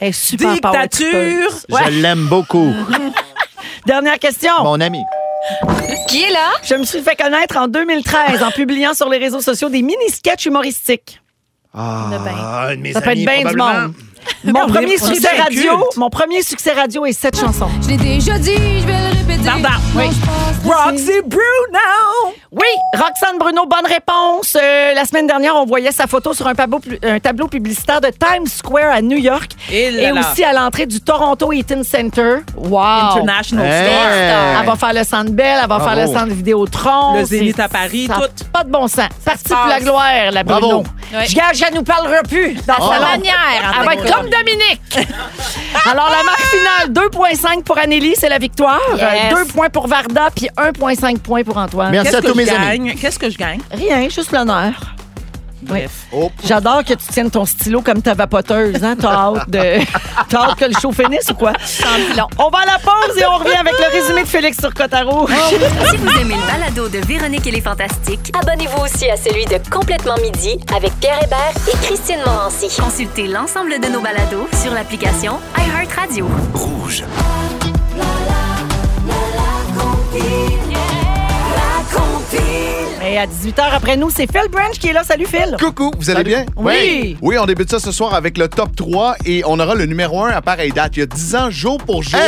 B: Elle est super power trippeuse.
G: Dictature.
C: Je l'aime beaucoup,
B: Dernière question.
C: mon ami.
N: Qui est là?
B: Je me suis fait connaître en 2013 en publiant sur les réseaux sociaux des mini-sketchs humoristiques.
C: Ah, une de mes
B: Ça peut être
C: amies,
B: bien du
C: probablement.
B: monde. Mon
G: on est-
B: premier
G: on est
B: succès
G: bien
B: radio,
G: culte.
B: mon premier succès radio est cette chanson.
O: Je l'ai déjà dit, je vais le répéter.
G: Varda. Oui. Roxy Bruno.
B: Oui, Roxane Bruno, bonne réponse. Euh, la semaine dernière, on voyait sa photo sur un tableau, pu- un tableau publicitaire de Times Square à New York
G: Et là là.
B: aussi à l'entrée du Toronto Eaton Center. Wow.
G: International
C: Eh,
G: Store.
C: Hey.
B: Elle va faire le centre Bell, elle va faire le
C: Bravo.
B: centre Vidéotron.
G: Le
B: C'est-
G: Zénith à Paris,
B: ça a
G: tout.
B: Pas de bon sens. Parti pour
H: passe.
B: la gloire, la
C: Bravo.
B: Bruno.
H: Ouais.
B: Je gage, elle nous parlera plus dans
C: Oh.
B: sa
H: Manière,
B: Elle va
H: Antoine.
B: être comme Dominique. Alors, la marque finale, 2,5 pour Anneli, c'est la victoire.
H: Yes.
B: 2 points pour Varda, puis 1,5 points pour Antoine.
C: Merci
G: Qu'est-ce
C: à
G: que
C: tous
G: je
C: mes amis.
G: gagne? Qu'est-ce que je gagne?
B: Rien, juste l'honneur.
G: Bref.
C: Oh,
B: J'adore que tu tiennes ton stylo comme ta vapoteuse. Hein? T'as hâte, de... t'as hâte que le show finisse ou quoi? On va à la pause et on revient avec le résumé de Félix sur Cotaro.
C: Oh.
A: Si vous aimez le balado de Véronique et les Fantastiques, abonnez-vous aussi à celui de Complètement Midi avec Pierre Hébert et Christine Morancy.
P: Consultez l'ensemble de nos balados sur l'application iHeartRadio.
Q: Rouge.
R: Et à 18h après nous, c'est Phil Branch qui est là. Salut Phil.
C: Coucou, vous allez
R: Salut.
C: bien?
R: Oui.
C: Oui, on débute ça ce soir avec le top 3 et on aura le numéro 1 à pareille date. Il y a 10 ans, jour pour jour,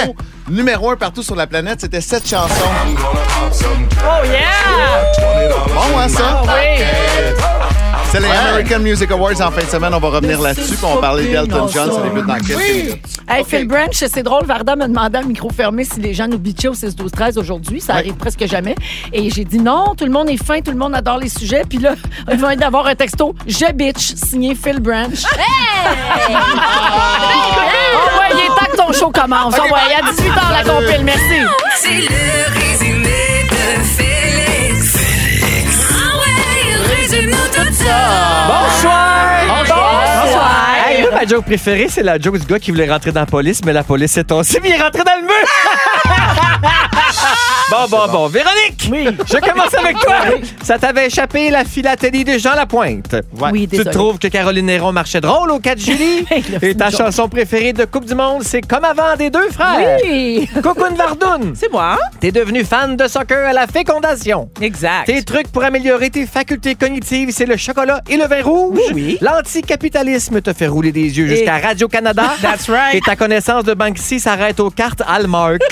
C: numéro 1 partout sur la planète, c'était cette chanson.
R: Oh yeah!
C: Bon, hein, ça?
R: Ah oui.
C: C'est les
R: Ouais.
C: American Music Awards en fin de semaine. On va revenir là-dessus. puis On parlait d'Elton John. Ça débute dans quelques minutes.
B: Oui. Hey, Phil Branch, c'est drôle. Varda me demandait à micro fermé si les gens nous bitchaient au 6 12 13 aujourd'hui. Ça arrive presque jamais. Et j'ai dit non, tout le monde est fin, tout le monde adore les sujets. Puis là, ils vont être d'avoir un texto Je bitch, signé Phil Branch. Ah, Hey! Envoyez tant que ton show commence.
A: Ok,
B: Envoyez
A: bye.
B: à 18 h la
A: Salut.
B: compile. Merci.
A: C'est le résumé de Félix. Félix. Ah ouais, résume-nous tout ça.
S: Bonsoir.
A: Bonsoir.
S: Hey, moi, ma joke préférée, c'est la joke du gars qui voulait rentrer dans la police, mais la police s'est tombée. puis il est rentré dans le mur. Bon, bon, bon. Véronique, je commence avec toi. Ça t'avait échappé la philatélie de Jean Lapointe.
C: Ah,
B: Oui,
S: tu
B: désolé.
S: trouves que Caroline Néron marchait drôle au 4 juillet? Et ta chanson préférée de Coupe du Monde, c'est Comme avant des deux frères.
G: Oui.
S: Cocoon Vardoun.
G: C'est moi. hein?
S: T'es devenu fan de soccer à la fécondation.
G: Exact.
S: Tes trucs pour améliorer tes facultés cognitives, c'est le chocolat et le vin rouge. Oui. L'anticapitalisme te fait rouler des yeux jusqu'à
G: Et-
S: Radio-Canada.
G: That's right.
S: Et ta connaissance de Banksy s'arrête aux cartes Hallmark.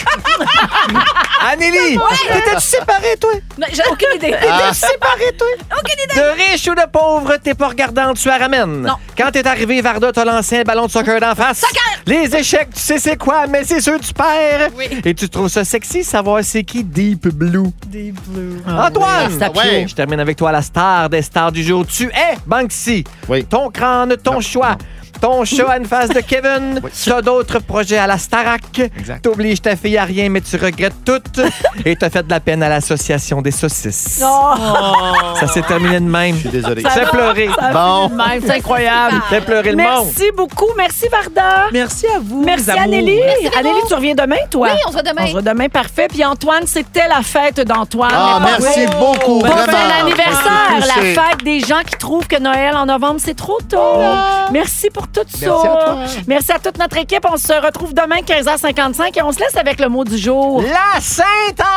S: Anneli, t'étais-tu séparée, toi?
H: J'ai aucune idée.
C: Ah.
S: T'étais-tu séparée, toi? Aucune idée. De riche ou de pauvre, t'es pas regardant, tu la ramènes. Non. Quand t'es arrivé, Varda t'a lancé un ballon de soccer d'en face. Soccer! Les échecs, tu sais c'est quoi, mais c'est sûr tu perds. Et tu trouves ça sexy, savoir c'est qui Deep Blue.
A: Deep Blue.
S: Antoine! Ouais. Je termine avec toi, la star des stars du jour. Tu es Banksy. Ton crâne, ton choix. Ton chat a une face de Kevin. Tu as d'autres projets à la Starac. T'obliges ta fille à rien, mais tu regrettes tout. Et t'as fait de la peine à l'association des saucisses.
B: Oh, Non.
S: Ça s'est terminé de même. Je suis désolé.
B: Ça
S: Fais
B: va,
S: pleurer.
B: ça va de même. C'est
O: Ah,
B: incroyable.
S: Fais pleurer le monde.
B: Merci beaucoup. Merci, Varda.
G: Merci à vous.
B: Merci,
G: les amours.
B: Anneli.
G: Merci, Véro.
B: Anneli, tu reviens demain, toi?
H: Oui, on se voit demain.
B: On se voit demain, parfait. Puis Antoine, c'était la fête d'Antoine.
T: Ah,
B: Mais pas-
T: merci beaucoup,
B: Bon,
T: vraiment. Ah,
B: c'est l'anniversaire,
T: Merci.
B: la fête des gens qui trouvent que Noël en novembre, c'est trop tôt. Merci pour tout
T: Ah.
B: ça.
T: Merci à toi.
B: Merci à toute notre équipe. On se retrouve demain, 15h55, et on se laisse avec le mot du jour.
S: La Sainte